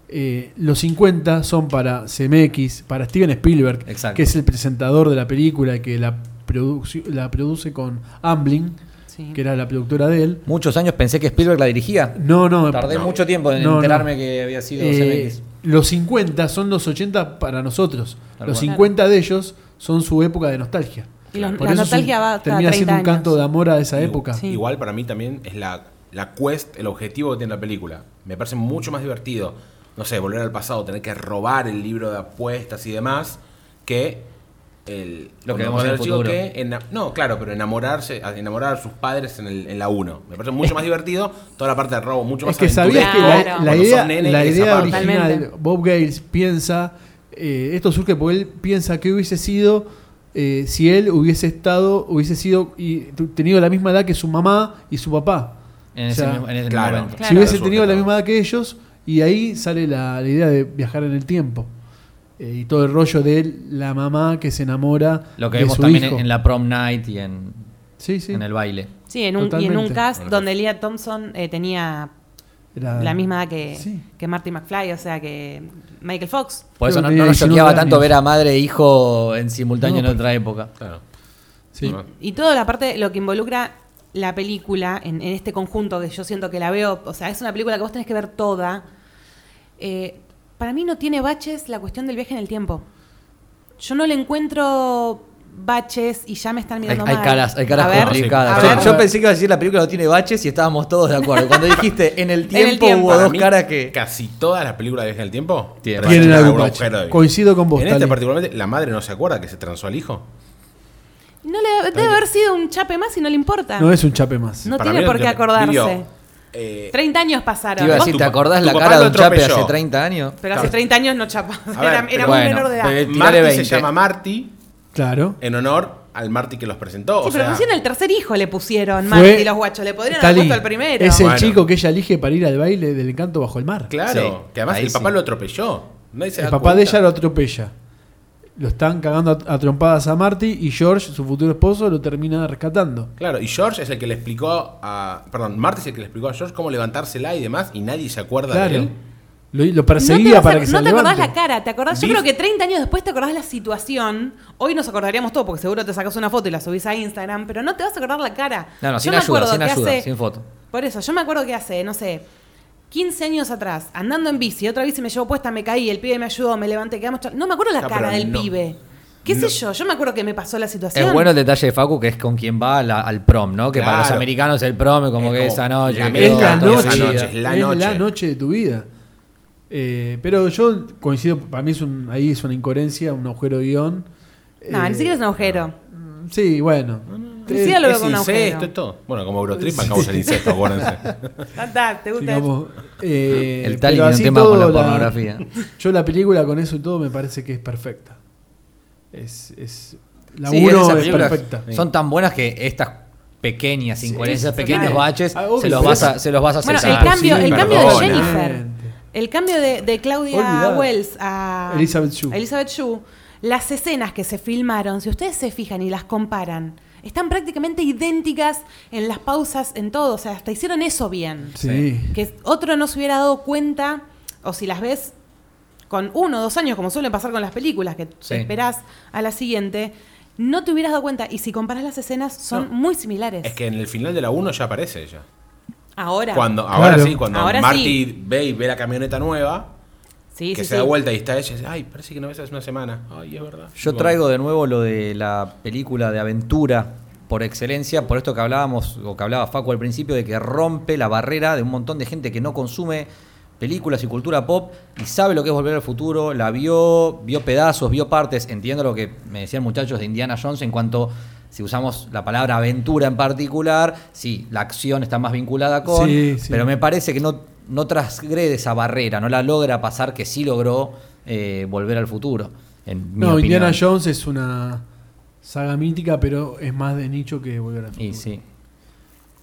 Speaker 7: Eh, los 50 son para CMX, para Steven Spielberg,
Speaker 6: Exacto.
Speaker 7: que es el presentador de la película y que la, produci- la produce con Amblin,
Speaker 2: Sí.
Speaker 7: que era la productora de él.
Speaker 6: Muchos años pensé que Spielberg la dirigía.
Speaker 7: No, no,
Speaker 6: Tardé
Speaker 7: no.
Speaker 6: mucho tiempo en
Speaker 7: No, no.
Speaker 6: enterarme que había sido
Speaker 7: Eh,
Speaker 6: CMX.
Speaker 7: los 50 son los 80 para nosotros.
Speaker 6: Tal
Speaker 7: los
Speaker 6: cual.
Speaker 7: 50 de ellos son su época de nostalgia.
Speaker 2: Y los-
Speaker 7: Por
Speaker 2: la
Speaker 7: eso es un-
Speaker 2: nostalgia va cada
Speaker 7: termina
Speaker 2: 30
Speaker 7: siendo un canto
Speaker 2: años.
Speaker 7: de amor a esa
Speaker 8: Igu-
Speaker 7: época.
Speaker 2: Sí.
Speaker 8: Igual para mí también es la, la quest, el objetivo que tiene la película. Me parece mucho más divertido, no sé, volver al pasado, tener que robar el libro de apuestas y demás, que el
Speaker 6: Lo
Speaker 8: cuando
Speaker 6: que vemos en el
Speaker 8: chico
Speaker 6: futuro.
Speaker 8: que ena- no, claro, pero enamorarse, a- enamorar a sus padres en, el- en la 1. Me parece mucho más divertido toda la parte de robo, mucho
Speaker 7: Es
Speaker 8: más
Speaker 7: que
Speaker 8: aventura.
Speaker 7: sabías que la-
Speaker 2: Claro.
Speaker 7: la,
Speaker 8: Cuando
Speaker 7: idea,
Speaker 8: sos nene
Speaker 7: la
Speaker 8: querés
Speaker 7: idea
Speaker 8: zaparla.
Speaker 7: original,
Speaker 2: Totalmente.
Speaker 7: Bob Gales piensa, eh, esto surge porque él piensa que hubiese sido eh, si él hubiese estado, hubiese sido y tu- tenido la misma edad que su mamá y su papá.
Speaker 6: En
Speaker 7: O
Speaker 6: ese,
Speaker 7: sea,
Speaker 6: mismo- en ese
Speaker 8: claro.
Speaker 6: momento.
Speaker 2: Claro.
Speaker 7: Si hubiese
Speaker 8: Surge
Speaker 7: tenido la
Speaker 8: todo.
Speaker 7: misma edad que ellos, y de ahí sale la, la idea de viajar en el tiempo. Eh, y todo el rollo de él, la mamá que se enamora
Speaker 6: Lo que
Speaker 7: de
Speaker 6: vemos
Speaker 7: su
Speaker 6: también
Speaker 7: hijo.
Speaker 6: en, en la prom night y en,
Speaker 7: Sí, sí.
Speaker 6: en el baile.
Speaker 2: Sí, en un, y en un
Speaker 7: Totalmente.
Speaker 2: cast donde
Speaker 6: pues.
Speaker 2: Leah Thompson eh, tenía
Speaker 7: Era-
Speaker 6: Ah,
Speaker 2: la misma edad que,
Speaker 7: Sí.
Speaker 2: que Marty McFly, o sea que Michael Fox.
Speaker 6: Por eso
Speaker 7: Creo
Speaker 6: no,
Speaker 7: que
Speaker 6: no nos
Speaker 7: 19
Speaker 6: choqueaba tanto
Speaker 7: años.
Speaker 6: ver a madre e hijo en simultáneo
Speaker 7: No,
Speaker 6: en otra época.
Speaker 8: Claro.
Speaker 7: Sí.
Speaker 8: No,
Speaker 2: Y toda la parte, lo que involucra la película en, en este conjunto, que yo siento que la veo, o sea, es una película que vos tenés que ver toda. Eh, para mí no tiene baches la cuestión del viaje en el tiempo. Yo no le encuentro baches y ya me están
Speaker 6: Hay,
Speaker 2: mirando
Speaker 6: hay
Speaker 2: mal.
Speaker 6: caras, hay caras
Speaker 2: A ver,
Speaker 6: complicadas.
Speaker 2: a
Speaker 6: Yo-
Speaker 2: ver.
Speaker 6: Yo, pensé que iba a decir la película no tiene baches y estábamos todos de acuerdo. Cuando dijiste en el tiempo,
Speaker 2: tiempo.
Speaker 6: hubo
Speaker 8: Para
Speaker 6: dos
Speaker 8: mí,
Speaker 6: caras que.
Speaker 8: Casi todas las películas de viaje en el tiempo
Speaker 6: Tienen
Speaker 8: presentan
Speaker 7: Tienen algún
Speaker 8: algún
Speaker 7: bache.
Speaker 8: agujero de-
Speaker 7: Coincido con vos,
Speaker 8: En este
Speaker 7: Tali.
Speaker 8: particularmente, la madre no se acuerda que se transó al hijo.
Speaker 2: No le debe haber sido un chape más y no le importa.
Speaker 7: No es un chape más.
Speaker 2: No
Speaker 8: Para
Speaker 2: tiene
Speaker 8: mí
Speaker 2: por qué
Speaker 8: lo que-
Speaker 2: acordarse.
Speaker 8: Vivió eh,
Speaker 2: 30 años
Speaker 6: Te
Speaker 2: pasaron.
Speaker 6: iba a
Speaker 2: Vos-
Speaker 6: decir,
Speaker 8: tu
Speaker 6: ¿te
Speaker 8: pa-
Speaker 6: acordás
Speaker 8: tu
Speaker 6: la
Speaker 8: papá
Speaker 6: cara
Speaker 8: lo
Speaker 6: de un chape
Speaker 8: atropelló.
Speaker 6: hace 30 años?
Speaker 2: pero hace 30 años no chapa.
Speaker 8: A ver,
Speaker 2: era era
Speaker 8: pero
Speaker 2: muy
Speaker 6: bueno,
Speaker 2: menor de edad.
Speaker 6: pero- Tirale
Speaker 8: eh, Marty
Speaker 6: 20.
Speaker 8: se llama Marty
Speaker 7: Claro.
Speaker 8: en honor al Marty que los presentó.
Speaker 2: Sí,
Speaker 8: o
Speaker 2: pero
Speaker 8: sea,
Speaker 2: recién el tercer hijo le pusieron
Speaker 7: Fue-
Speaker 2: Marty y los guachos. Le podrían haber
Speaker 7: Tali,
Speaker 2: puesto al primero.
Speaker 7: Es el
Speaker 8: Bueno.
Speaker 7: chico que ella elige para ir al baile del encanto bajo el mar.
Speaker 8: Claro,
Speaker 6: Sí,
Speaker 8: que además
Speaker 6: ahí
Speaker 8: el papá
Speaker 6: sí.
Speaker 8: lo atropelló. Nadie se
Speaker 7: El
Speaker 8: da
Speaker 7: papá de
Speaker 8: cuenta.
Speaker 7: ella lo atropella. Lo están cagando a, a trompadas a Marty y George, su futuro esposo, lo termina rescatando.
Speaker 8: Claro, y George es el que le explicó a. Perdón, Marty es el que le explicó a George cómo levantársela y demás, y nadie se acuerda de
Speaker 7: Claro.
Speaker 8: él.
Speaker 7: Lo, lo
Speaker 2: No te,
Speaker 7: perseguía
Speaker 2: vas a-
Speaker 7: para que
Speaker 2: no
Speaker 7: se
Speaker 2: te acordás
Speaker 7: levante.
Speaker 2: la cara, te acordás. Yo
Speaker 8: Biff-
Speaker 2: creo que 30 años después te acordás la situación. Hoy nos acordaríamos todo, porque seguro te sacas una foto y la subís a Instagram, pero no te vas a acordar la cara.
Speaker 6: No, no,
Speaker 2: Yo
Speaker 6: sin
Speaker 2: me
Speaker 6: ayuda,
Speaker 2: acuerdo
Speaker 6: sin
Speaker 2: que
Speaker 6: ayuda,
Speaker 2: hace-
Speaker 6: sin foto.
Speaker 2: Por eso, yo me acuerdo que hace, no sé, 15 años atrás, andando en bici, otra bici me llevó puesta, me caí, el pibe me ayudó, me levanté, quedamos. char- No me acuerdo la
Speaker 8: Ah,
Speaker 2: cara
Speaker 8: pero
Speaker 2: del
Speaker 8: no.
Speaker 2: pibe. ¿Qué
Speaker 8: No.
Speaker 2: sé yo? Yo me acuerdo que me pasó la situación.
Speaker 6: Es bueno el detalle de Facu que es con quien va a la- al prom, ¿no? Que para los
Speaker 8: Claro.
Speaker 6: americanos el prom es como
Speaker 8: Es
Speaker 6: que
Speaker 8: como
Speaker 6: esa noche.
Speaker 8: la
Speaker 6: que
Speaker 8: mezcla,
Speaker 7: Es
Speaker 6: todo,
Speaker 7: la
Speaker 8: Esa
Speaker 6: todo
Speaker 7: noche,
Speaker 6: ese
Speaker 8: noche,
Speaker 6: día.
Speaker 8: es la
Speaker 7: es la
Speaker 8: noche.
Speaker 7: noche de tu vida. Eh, pero yo coincido, para mí es un, ahí es una incoherencia, un agujero de guión.
Speaker 2: No,
Speaker 7: Eh,
Speaker 2: ni siquiera es un agujero.
Speaker 7: Sí, bueno.
Speaker 2: Ni siquiera lo veo
Speaker 8: Es
Speaker 2: con un
Speaker 8: incesto y
Speaker 2: agujero.
Speaker 8: todo. Bueno, como Eurotrip bancamos el incesto, acuérdense.
Speaker 2: Ta, ta, ¿Te gusta?
Speaker 7: Digamos, eh,
Speaker 6: El
Speaker 7: pero
Speaker 6: tal tiene un
Speaker 7: así
Speaker 6: tema con la
Speaker 7: todo,
Speaker 6: pornografía.
Speaker 7: Yo la película con eso y todo me parece que es perfecta. Es, es la
Speaker 6: Sí,
Speaker 7: uno
Speaker 6: esas
Speaker 7: es
Speaker 6: películas
Speaker 7: perfecta.
Speaker 6: Son tan buenas que estas pequeñas incoherencias, pequeños
Speaker 2: total.
Speaker 6: baches,
Speaker 7: Ah, obvio,
Speaker 6: se los
Speaker 7: pero
Speaker 6: vas a,
Speaker 7: es-
Speaker 6: se los vas a
Speaker 2: Bueno, el
Speaker 6: cesar.
Speaker 2: cambio,
Speaker 8: sí,
Speaker 2: el cambio de
Speaker 8: perdona.
Speaker 2: Jennifer. El cambio de, de Claudia
Speaker 7: Olvidada.
Speaker 2: Wells a
Speaker 7: Elizabeth Shue.
Speaker 2: Elizabeth Shue, las escenas que se filmaron, si ustedes se fijan y las comparan, están prácticamente idénticas en las pausas, en todo. O sea, hasta hicieron eso bien.
Speaker 7: Sí.
Speaker 2: Que otro no se hubiera dado cuenta, o si las ves con uno o dos años, como suele pasar con las películas, que te
Speaker 6: Sí.
Speaker 2: esperás a la siguiente, no te hubieras dado cuenta. Y si comparas las escenas, son
Speaker 8: No.
Speaker 2: muy similares.
Speaker 8: es que en el final de la 1 ya aparece ella.
Speaker 2: Ahora.
Speaker 8: Cuando, ahora
Speaker 7: Claro.
Speaker 8: sí, cuando
Speaker 2: Ahora
Speaker 8: Marty
Speaker 2: sí.
Speaker 8: ve y ve la camioneta nueva,
Speaker 2: Sí,
Speaker 8: que
Speaker 2: sí,
Speaker 8: se da
Speaker 2: sí.
Speaker 8: vuelta y está ella, y dice, ay, parece que no ves hace una semana. Ay, es verdad.
Speaker 6: Yo
Speaker 8: Bueno.
Speaker 6: traigo de nuevo lo de la película de aventura por excelencia, por esto que hablábamos, o que hablaba Facu al principio, de que rompe la barrera de un montón de gente que no consume películas y cultura pop y sabe lo que es volver al futuro, la vio, vio pedazos, vio partes, entiendo lo que me decían muchachos de Indiana Jones en cuanto, si usamos la palabra aventura en particular, sí, la acción está más vinculada con,
Speaker 7: Sí, sí.
Speaker 6: pero me parece que no, no transgrede esa barrera, no la logra pasar que sí logró eh, volver al futuro. En mi
Speaker 7: No,
Speaker 6: opinión.
Speaker 7: Indiana Jones es una saga mítica, pero es más de nicho que volver al futuro.
Speaker 6: Y sí.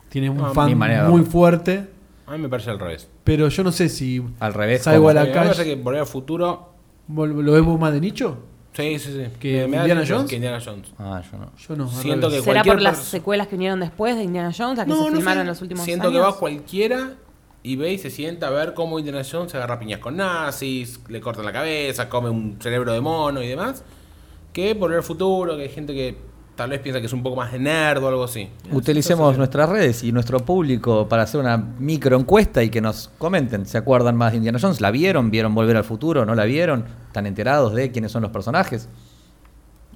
Speaker 7: Tiene un
Speaker 8: No, mi
Speaker 7: fan
Speaker 6: Ah, manera de
Speaker 7: muy
Speaker 6: verlo.
Speaker 7: fuerte,
Speaker 8: A mí me parece al revés. Eh,
Speaker 7: pero yo no sé si
Speaker 6: Al revés,
Speaker 7: salgo a
Speaker 6: ¿cómo?
Speaker 8: A
Speaker 7: la
Speaker 8: mí me parece
Speaker 7: calle.
Speaker 8: que volver al futuro.
Speaker 7: ¿Vol- ¿Lo ves vos más de nicho?
Speaker 8: Sí, sí, sí.
Speaker 7: ¿Que
Speaker 8: Me- me da
Speaker 7: Indiana
Speaker 8: sensación
Speaker 7: Jones?
Speaker 8: Que Indiana Jones.
Speaker 6: Ah, yo no.
Speaker 7: Yo no. al
Speaker 8: Siento
Speaker 7: revés.
Speaker 8: que
Speaker 2: ¿Será por
Speaker 8: cualquier
Speaker 2: las
Speaker 8: pers-
Speaker 2: secuelas que vinieron después de Indiana Jones, las que se
Speaker 8: sé.
Speaker 2: filmaron en los últimos
Speaker 8: Siento
Speaker 2: años?
Speaker 8: que va cualquiera y ve y se sienta a ver cómo Indiana Jones se agarra a piñas con nazis, le cortan la cabeza, come un cerebro de mono y demás. Que por el futuro, que hay gente que tal vez piensa que es un poco más de nerd o algo así.
Speaker 6: Utilicemos nuestras redes y nuestro público para hacer una micro encuesta y que nos comenten. ¿Se acuerdan más de Indiana Jones? ¿La vieron? ¿Vieron Volver al Futuro? ¿No la vieron? ¿Están enterados de quiénes son los personajes?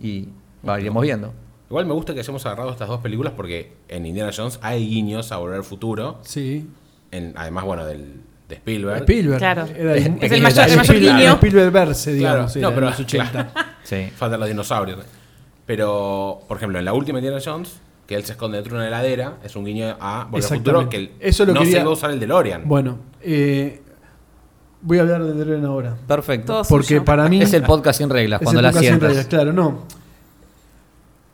Speaker 6: Y va, iremos viendo.
Speaker 8: Igual me gusta que hayamos agarrado estas dos películas porque en Indiana Jones hay guiños a volver al futuro.
Speaker 7: Sí.
Speaker 8: en- además, bueno, del, de Spielberg.
Speaker 7: Spielberg.
Speaker 2: Claro.
Speaker 7: Era
Speaker 6: Es
Speaker 7: era
Speaker 6: el mayor- el mayor
Speaker 7: Spielberg-
Speaker 2: guiño.
Speaker 7: Spielberg verse, digamos.
Speaker 8: Claro, no,
Speaker 7: era
Speaker 8: pero-
Speaker 7: en los 80.
Speaker 6: Sí.
Speaker 8: Faltan los dinosaurios. Pero, por ejemplo, en la última Indiana Jones, que él se esconde dentro de una heladera, es un guiño a Volver al
Speaker 7: Exactamente.
Speaker 8: Futuro que él
Speaker 7: Eso lo
Speaker 8: no
Speaker 7: quería-
Speaker 8: se va a usar el DeLorean.
Speaker 7: Bueno, eh, voy a hablar de DeLorean ahora.
Speaker 6: Perfecto.
Speaker 2: Todo
Speaker 7: Porque
Speaker 2: suyo.
Speaker 7: para mí.
Speaker 6: Es el podcast sin reglas,
Speaker 7: es
Speaker 6: cuando
Speaker 7: el
Speaker 6: la
Speaker 7: podcast en realidad,
Speaker 6: sientas.
Speaker 7: Claro, no.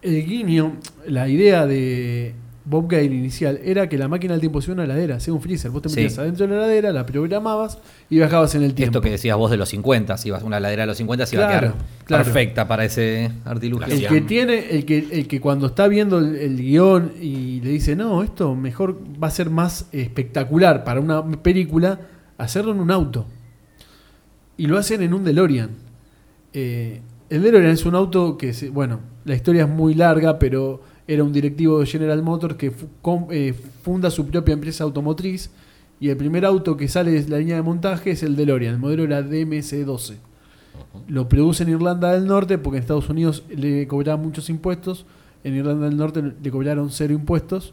Speaker 7: El guiño, la idea de Bob Gale inicial era que la máquina del tiempo sea una heladera, sea un freezer. Vos te
Speaker 6: Sí.
Speaker 7: metías adentro de la heladera, la programabas y bajabas en el tiempo.
Speaker 6: Esto que decías vos de los 50, si vas una ladera de los 50 se iba a
Speaker 7: Claro,
Speaker 6: quedar
Speaker 7: claro.
Speaker 6: perfecta para ese artilugio.
Speaker 8: Gracias.
Speaker 7: El que tiene, el que, el que cuando está viendo el, el guión y le dice, no, esto mejor va a ser más espectacular para una película, hacerlo en un auto. Y lo hacen en un DeLorean. Eh, el DeLorean es un auto que, se- bueno, la historia es muy larga, pero era un directivo de General Motors que fu- com- eh, funda su propia empresa automotriz. Y el primer auto que sale de la línea de montaje es el DeLorean. El modelo era DMC-12 lo produce en Irlanda del Norte porque en Estados Unidos le cobraban muchos impuestos, en Irlanda del Norte le cobraron cero impuestos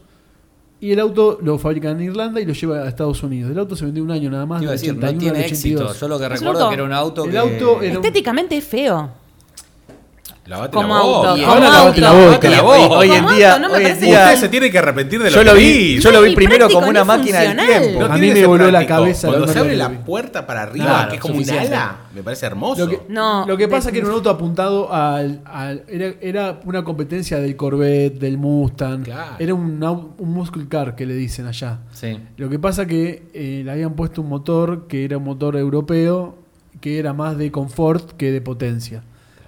Speaker 7: y el auto lo fabrican en Irlanda y lo lleva a Estados Unidos. El auto se vendió un año nada más.
Speaker 6: Te iba a
Speaker 7: del
Speaker 6: decir, no
Speaker 7: 81
Speaker 6: tiene
Speaker 7: al
Speaker 6: éxito.
Speaker 7: 82.
Speaker 6: Yo lo que
Speaker 2: Es un
Speaker 6: recuerdo
Speaker 2: auto.
Speaker 6: que era un auto
Speaker 7: El
Speaker 6: que-
Speaker 7: auto era-
Speaker 2: Estéticamente es feo.
Speaker 8: Lavate
Speaker 2: Como
Speaker 8: la boca.
Speaker 2: auto,
Speaker 8: Y-
Speaker 2: como
Speaker 7: lavate la
Speaker 2: auto.
Speaker 7: boca.
Speaker 8: Lavate la boca.
Speaker 6: Hoy en
Speaker 2: Como
Speaker 6: día,
Speaker 2: auto, no me
Speaker 6: hoy en
Speaker 2: parece-
Speaker 6: día
Speaker 8: Usted se tiene que arrepentir de lo
Speaker 6: yo lo
Speaker 8: que
Speaker 6: vi,
Speaker 8: hizo.
Speaker 6: yo lo
Speaker 2: No,
Speaker 6: vi
Speaker 2: ni
Speaker 6: primero
Speaker 2: práctico,
Speaker 6: como una
Speaker 2: ni
Speaker 6: máquina del
Speaker 2: funcional.
Speaker 6: tiempo.
Speaker 7: No, a
Speaker 8: tiene
Speaker 7: mí
Speaker 8: que
Speaker 7: me
Speaker 8: ser
Speaker 7: voló la
Speaker 8: práctico.
Speaker 7: cabeza
Speaker 8: Cuando
Speaker 7: la
Speaker 8: se
Speaker 7: verdad
Speaker 8: abre
Speaker 7: que
Speaker 8: la
Speaker 7: lo vi.
Speaker 8: puerta para arriba,
Speaker 6: Claro,
Speaker 8: que es como un
Speaker 6: suficiente.
Speaker 8: ala, me parece hermoso.
Speaker 7: Lo que,
Speaker 2: No,
Speaker 7: lo que pasa
Speaker 2: de-
Speaker 7: es que era un auto apuntado al. al- era, era una competencia del Corvette, del Mustang.
Speaker 8: Claro.
Speaker 7: Era un, au- un muscle car que le dicen allá.
Speaker 6: Sí.
Speaker 7: Lo que pasa que eh, le habían puesto un motor que era un motor europeo, que era más de confort que de potencia.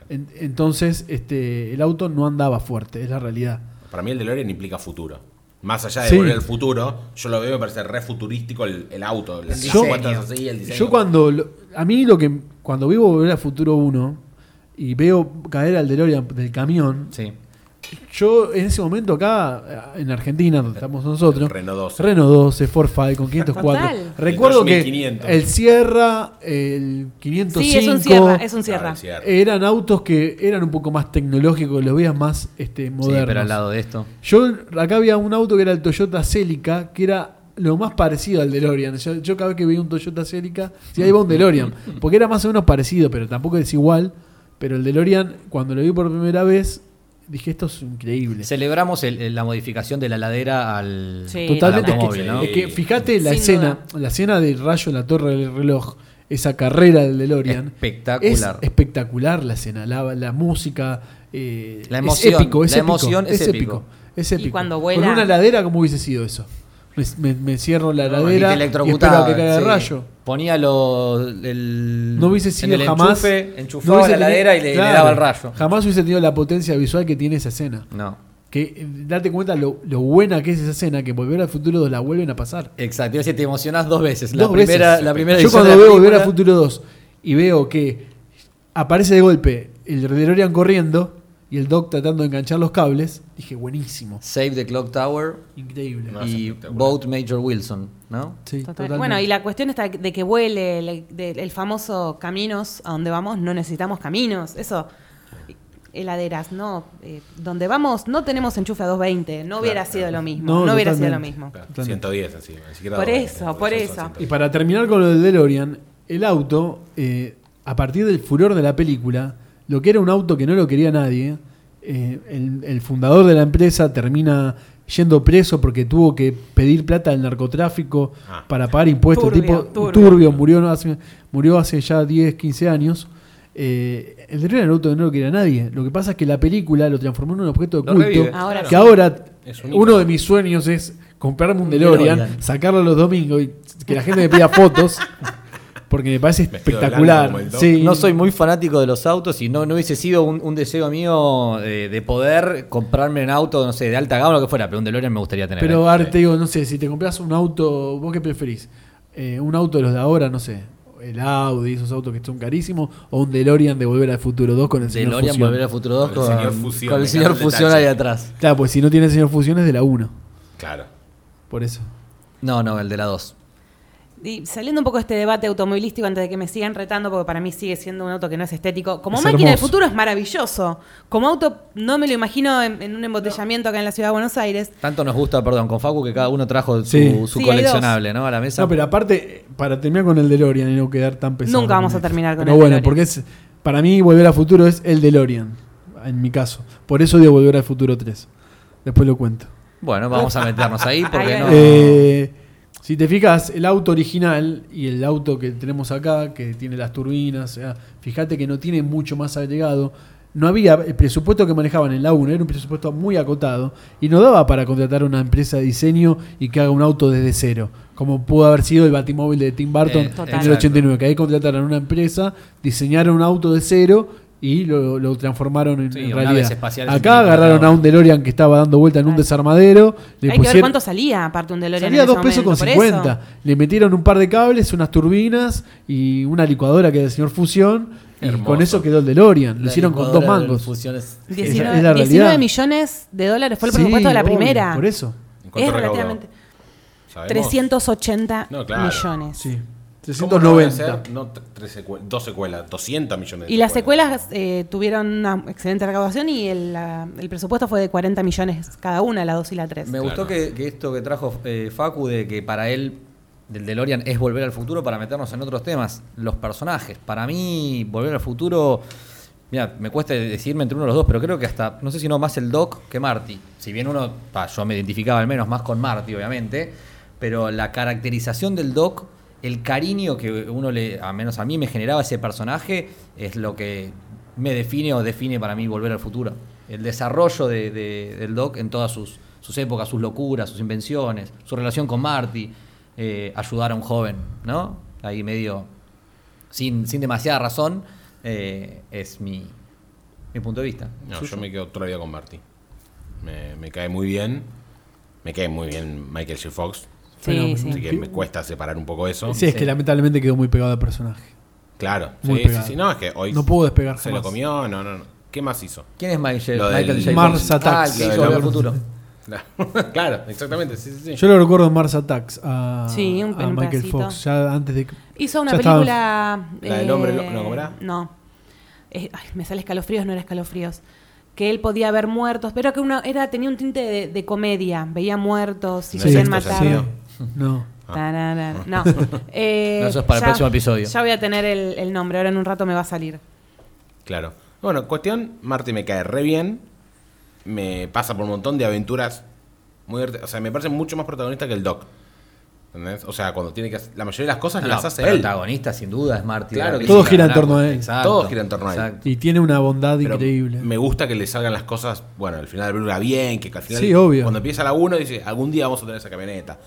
Speaker 7: En- entonces, este, el auto no andaba fuerte, es la realidad.
Speaker 8: Para mí el DeLorean implica futuro. Más allá de
Speaker 7: Sí.
Speaker 8: volver al futuro, yo lo veo me parece re futurístico el, el auto. Las
Speaker 7: Yo-
Speaker 8: las puertas así, el diseño.
Speaker 7: Yo cuando lo- a mí lo que cuando vivo volver a futuro 1 y veo caer al DeLorean del camión,
Speaker 6: Sí.
Speaker 7: yo en ese momento acá eh, en Argentina donde estamos nosotros,
Speaker 8: Renault 12.
Speaker 7: Renault 12, Ford Falcon 504.
Speaker 2: Total.
Speaker 7: Recuerdo
Speaker 8: El
Speaker 7: que
Speaker 8: 2500.
Speaker 7: el Sierra, el 505
Speaker 2: Sí, es un cierra, es un cierra. Eh,
Speaker 8: Claro, cierra.
Speaker 7: eran autos que eran un poco más tecnológicos, los veías más este,
Speaker 6: Sí,
Speaker 7: modernos.
Speaker 6: pero al lado de esto.
Speaker 7: Yo acá había un auto que era el Toyota Celica, que era lo más parecido al DeLorean. Yo, yo cada vez que veía un Toyota Celica, si ahí va un DeLorean, porque era más o menos parecido, pero tampoco es igual. Pero el DeLorean, cuando lo vi por primera vez, dije, esto es increíble.
Speaker 6: Celebramos el- el- la modificación de la ladera al,
Speaker 2: Sí.
Speaker 7: Totalmente.
Speaker 6: al
Speaker 7: Es
Speaker 6: automóvil,
Speaker 7: que,
Speaker 6: Eh, ¿no?
Speaker 7: es que fíjate la
Speaker 2: Sin
Speaker 7: escena, la escena del rayo en la torre del reloj, esa carrera del DeLorean.
Speaker 6: Espectacular.
Speaker 7: Es espectacular la escena, la, la música. eh,
Speaker 6: La
Speaker 7: es
Speaker 6: emoción,
Speaker 7: épico, es
Speaker 6: la
Speaker 7: épico,
Speaker 6: emoción es épico.
Speaker 7: es
Speaker 2: Y
Speaker 7: épico.
Speaker 2: cuando vuela-
Speaker 7: Con una ladera, ¿cómo hubiese sido eso? Me, me- me cierro la
Speaker 6: No,
Speaker 7: ladera
Speaker 6: ni te
Speaker 7: y espero
Speaker 6: electrocutaba,
Speaker 7: a que caiga el
Speaker 6: sí.
Speaker 7: rayo.
Speaker 6: Ponía lo, el,
Speaker 7: No hubiese
Speaker 6: en
Speaker 7: sido
Speaker 6: el
Speaker 7: jamás.
Speaker 6: enchufe,
Speaker 7: no
Speaker 6: enchufaba
Speaker 7: hubiese
Speaker 6: la
Speaker 7: tenido-
Speaker 6: ladera y le, le
Speaker 7: claro,
Speaker 6: daba el rayo.
Speaker 7: Jamás hubiese tenido la potencia visual que tiene esa escena.
Speaker 6: No.
Speaker 7: Que eh, date cuenta lo, lo buena que es esa escena, que volver al futuro 2 la vuelven a pasar.
Speaker 6: Exacto, iba a decir, te emocionás dos veces. la
Speaker 7: Dos
Speaker 6: primera,
Speaker 7: veces.
Speaker 6: La primera
Speaker 7: Yo
Speaker 6: edición
Speaker 7: cuando
Speaker 6: de la
Speaker 7: veo Volver
Speaker 6: película-
Speaker 7: a Futuro 2 y veo que aparece de golpe el DeLorean corriendo y el Doc tratando de enganchar los cables, dije, buenísimo.
Speaker 6: Save the Clock Tower
Speaker 7: Increíble.
Speaker 8: No, es
Speaker 6: y
Speaker 8: espectacular.
Speaker 6: Boat Major Wilson, ¿no?
Speaker 7: Sí,
Speaker 2: Total.
Speaker 7: totalmente.
Speaker 2: Bueno, y la cuestión está de que vuele el, del- el famoso caminos a donde vamos, no necesitamos caminos, eso. Heladeras, no. eh, donde vamos no tenemos enchufe a 220, no hubiera sido lo mismo, no,
Speaker 7: No,
Speaker 2: hubiera sido lo
Speaker 7: totalmente.
Speaker 2: mismo.
Speaker 8: Claro,
Speaker 7: Totalmente.
Speaker 8: 110 encima, ni siquiera
Speaker 2: Por
Speaker 8: 200,
Speaker 2: eso,
Speaker 8: son
Speaker 2: por eso.
Speaker 8: 110.
Speaker 7: Y para terminar con lo del DeLorean, el auto, eh, a partir del furor de la película, lo que era un auto que no lo quería nadie, eh, el, el fundador de la empresa termina yendo preso porque tuvo que pedir plata al narcotráfico
Speaker 8: Ah.
Speaker 7: para pagar impuestos.
Speaker 2: Turbio,
Speaker 7: tipo
Speaker 2: turbio.
Speaker 7: turbio, murió, no hace, murió hace ya 10, 15 años. Eh, el DeLorean era un auto que no lo quería nadie. Lo que pasa es que la película lo transformó en un objeto de
Speaker 6: Lo
Speaker 7: culto.
Speaker 6: revive.
Speaker 2: Ahora
Speaker 7: que
Speaker 2: sí.
Speaker 7: ahora
Speaker 8: Es un
Speaker 7: uno
Speaker 8: ícono.
Speaker 7: de mis sueños es comprarme un DeLorean,
Speaker 6: DeLorean.
Speaker 7: sacarlo los domingos y que la gente me pida fotos. Porque me parece
Speaker 8: Vestido de
Speaker 7: espectacular.
Speaker 8: blanco como el Doc.
Speaker 7: Sí.
Speaker 6: No soy muy fanático de los autos y no, no hubiese sido un, un deseo mío eh, de poder comprarme un auto, no sé, de alta gama o lo que fuera, pero un DeLorean me gustaría tener.
Speaker 7: Pero
Speaker 6: eh.
Speaker 7: ahora te digo, no sé, si te compras un auto, ¿vos qué preferís? Eh, un auto de los de ahora, no sé, el Audi, esos autos que son carísimos, o un DeLorean de Volver al Futuro 2 con el señor
Speaker 6: DeLorean
Speaker 7: Fusión.
Speaker 6: Volver al Futuro 2
Speaker 8: Con
Speaker 6: con,
Speaker 8: el señor Fusión,
Speaker 6: con el
Speaker 8: me
Speaker 6: señor
Speaker 8: encanta el
Speaker 6: Fusión ahí
Speaker 8: detalle.
Speaker 6: atrás.
Speaker 7: Claro, pues si no tiene señor Fusión es de la 1,
Speaker 8: Claro.
Speaker 7: por eso.
Speaker 6: No, no, el de la 2.
Speaker 2: Y saliendo un poco de este debate automovilístico antes de que me sigan retando, porque para mí sigue siendo un auto que no es estético. Como
Speaker 7: Es
Speaker 2: máquina del
Speaker 7: hermoso.
Speaker 2: futuro es maravilloso. Como auto no me lo imagino en, en un embotellamiento acá en la ciudad de Buenos Aires.
Speaker 6: Tanto nos gusta, perdón, con Facu que cada uno trajo
Speaker 7: Sí.
Speaker 6: su, su
Speaker 2: Sí, hay
Speaker 6: coleccionable, ¿no? A la mesa.
Speaker 7: No, pero aparte, eh, para terminar con el DeLorean y no quedar tan pesado.
Speaker 2: Nunca vamos a
Speaker 7: esto.
Speaker 2: terminar con
Speaker 7: Pero
Speaker 2: el
Speaker 7: bueno,
Speaker 2: DeLorean.
Speaker 7: porque es, para mí Volver al Futuro es el DeLorean, en mi caso. Por eso digo Volver al Futuro 3. Después lo cuento.
Speaker 6: Bueno, vamos a meternos ahí porque
Speaker 2: Ahí
Speaker 6: no.
Speaker 2: va.
Speaker 7: Eh, si te fijas, el auto original y el auto que tenemos acá, que tiene las turbinas, o sea, fíjate que no tiene mucho más agregado. No había, el presupuesto que manejaban en la 1 era un presupuesto muy acotado y no daba para contratar una empresa de diseño y que haga un auto desde cero, como pudo haber sido el Batimóvil de Tim Burton
Speaker 6: Eh,
Speaker 7: en
Speaker 6: Total.
Speaker 7: el 89, que ahí contrataron una empresa, diseñaron un auto de cero y lo, lo transformaron en,
Speaker 6: Sí,
Speaker 7: en
Speaker 6: o naves
Speaker 7: realidad.
Speaker 6: espaciales
Speaker 7: Acá
Speaker 6: sin
Speaker 7: agarraron a un DeLorean que estaba dando vuelta en un desarmadero, le
Speaker 2: Hay que ver
Speaker 7: pusieron,
Speaker 2: cuánto salía, aparte un DeLorean.
Speaker 7: Salía
Speaker 2: en ese
Speaker 7: 2 pesos con
Speaker 2: momento, por eso.
Speaker 7: 50. Le metieron un par de cables, unas turbinas y una licuadora que era el señor Fusión. Y
Speaker 6: Hermoso.
Speaker 7: con eso quedó el DeLorean. Lo hicieron con dos
Speaker 6: licuadora de
Speaker 7: mangos.
Speaker 6: Fusiones.
Speaker 2: 19,
Speaker 7: Es la realidad.
Speaker 2: 19 millones de dólares fue el
Speaker 7: Sí,
Speaker 2: presupuesto de la
Speaker 7: obvio,
Speaker 2: primera.
Speaker 7: Por eso.
Speaker 8: ¿En cuánto
Speaker 2: Es
Speaker 8: recaudó?
Speaker 2: relativamente.
Speaker 8: ¿Sabemos?
Speaker 2: 380
Speaker 8: No, claro.
Speaker 2: millones.
Speaker 7: Sí.
Speaker 8: ¿Cómo no van a
Speaker 7: 390.
Speaker 8: ser? No, t- tres secue- dos secuelas, 200 millones. de
Speaker 2: Y las secuelas eh, tuvieron una excelente recaudación y el, la- el presupuesto fue de 40 millones cada una, la 2 y la 3.
Speaker 6: Me gustó que, que esto que trajo eh, Facu de que para él del DeLorean es volver al futuro para meternos en otros temas. Los personajes. Para mí, volver al futuro Mira, me cuesta decidirme entre uno de los dos, pero creo que hasta, no sé si no más el Doc que Marty. Si bien uno, pa, yo me identificaba al menos más con Marty, obviamente, pero la caracterización del Doc, el cariño que uno le, al menos a mí me generaba ese personaje, es lo que me define o define para mí volver al futuro. El desarrollo de- de- del Doc en todas sus, sus épocas, sus locuras, sus invenciones, su relación con Marty, eh, ayudar a un joven, ¿no? Ahí medio sin, sin demasiada razón, eh, es mi, mi punto de vista.
Speaker 8: No,
Speaker 6: ¿Suyo?
Speaker 8: yo me quedo todavía con Marty. Me, me cae muy bien. Me cae muy bien Michael J. Fox.
Speaker 7: Fenómeno.
Speaker 8: Así que me cuesta separar un poco eso.
Speaker 7: Sí, es que lamentablemente quedó muy pegado al personaje.
Speaker 8: Claro.
Speaker 7: Muy
Speaker 8: sí, sí,
Speaker 7: pegado.
Speaker 8: sí. No, es que hoy
Speaker 7: No puedo despegar
Speaker 8: se
Speaker 7: jamás.
Speaker 8: lo comió. No, no, no. ¿Qué más hizo?
Speaker 6: ¿Quién es Michael,
Speaker 8: Lo del-
Speaker 6: Michael J.
Speaker 7: Mars
Speaker 6: Fox?
Speaker 7: Attacks.
Speaker 6: Ah, el que
Speaker 8: Lo
Speaker 6: hizo
Speaker 8: del-
Speaker 6: Volver al futuro.
Speaker 8: claro, exactamente. Sí, sí, sí.
Speaker 7: Yo lo recuerdo en Mars Attacks a,
Speaker 2: Sí, un-
Speaker 7: a
Speaker 2: un
Speaker 7: Michael
Speaker 2: pedacito.
Speaker 7: Fox, ya antes de que-
Speaker 2: Hizo una
Speaker 7: ya estaba-
Speaker 2: película.
Speaker 8: La del hombre lo- no, ¿cómo era?
Speaker 2: No. Eh, ay, me sale escalofríos, no era escalofríos. Que él podía ver muertos, pero que uno era, tenía un tinte de, de comedia. Veía muertos y
Speaker 8: No
Speaker 2: se
Speaker 8: es
Speaker 2: querían
Speaker 8: Sexto
Speaker 2: matar.
Speaker 8: Sentido.
Speaker 7: sí, no.
Speaker 2: Tarara. No. Eh,
Speaker 6: Ah. No, eso es para el próximo episodio.
Speaker 2: Ya voy a tener el, el nombre, ahora en un rato me va a salir.
Speaker 8: Claro. Bueno, cuestión, Marty me cae re bien. Me pasa por un montón de aventuras muy arte- O sea, me parece mucho más protagonista que el Doc. ¿Entendés? O sea, cuando tiene que hacer- La mayoría de las cosas
Speaker 6: No,
Speaker 8: las hace él.
Speaker 6: protagonista, sin duda, es Marty.
Speaker 8: Claro
Speaker 6: La
Speaker 8: que
Speaker 6: película,
Speaker 8: sí. Todo
Speaker 7: gira en
Speaker 6: Drácula.
Speaker 7: torno a él.
Speaker 6: Exacto.
Speaker 8: Todo gira en torno a él.
Speaker 6: Exacto.
Speaker 7: Y tiene una bondad
Speaker 8: Pero
Speaker 7: increíble.
Speaker 8: Me gusta que le salgan las cosas, bueno, al final de la película bien, que al final
Speaker 7: Sí, obvio.
Speaker 8: cuando empieza la 1 dice, algún día vamos a tener esa camioneta.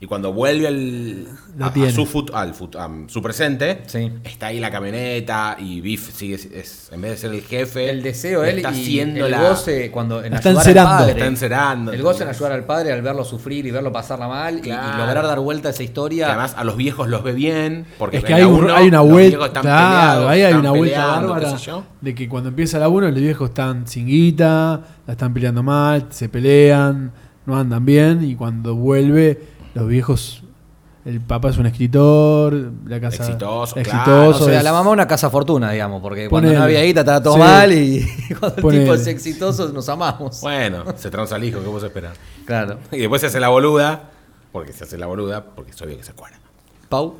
Speaker 8: Y cuando vuelve al,
Speaker 7: La
Speaker 8: a- a,
Speaker 7: tiene.
Speaker 8: su, fut- al fut- a su presente,
Speaker 6: Sí.
Speaker 8: está ahí la camioneta y Biff sigue, es, en vez de ser el jefe,
Speaker 6: El deseo él
Speaker 8: está
Speaker 6: y
Speaker 8: haciendo
Speaker 6: el
Speaker 8: la-
Speaker 6: goce cuando en
Speaker 7: La está
Speaker 6: ayudar
Speaker 7: encerando.
Speaker 6: al padre.
Speaker 8: Está encerando,
Speaker 6: El goce en
Speaker 8: ¿entendés?
Speaker 6: ayudar al padre al verlo sufrir y verlo pasarla mal y- y,
Speaker 8: Claro.
Speaker 6: lograr dar vuelta a esa
Speaker 8: que
Speaker 6: historia.
Speaker 8: además a los viejos los ve bien. Porque
Speaker 7: es
Speaker 8: en
Speaker 7: que
Speaker 8: la
Speaker 7: hay, un-
Speaker 8: uno,
Speaker 7: hay una
Speaker 8: los
Speaker 7: vuelta.
Speaker 8: viejos están
Speaker 7: Claro,
Speaker 8: peleados,
Speaker 7: ahí hay
Speaker 8: están
Speaker 7: una vuelta
Speaker 8: peleando, qué
Speaker 7: bárbara.
Speaker 8: sé yo.
Speaker 7: De que cuando empieza la 1, los viejos están sin guita, la están peleando mal, se pelean, no andan bien. Y cuando vuelve, los viejos. El papá es un escritor, la casa.
Speaker 8: Exitoso, claro.
Speaker 6: o sea,
Speaker 7: es-
Speaker 6: la mamá una casa fortuna, digamos, porque cuando
Speaker 7: Ponele.
Speaker 6: no había guita estaba todo
Speaker 7: Sí.
Speaker 6: mal y cuando el tipo
Speaker 7: Ponele.
Speaker 6: es exitoso nos amamos.
Speaker 8: Bueno, se transa el hijo, ¿qué vos esperás?
Speaker 6: Claro.
Speaker 8: Y después se hace la boluda, porque se hace la boluda, porque es obvio que se acuerda.
Speaker 6: Pau.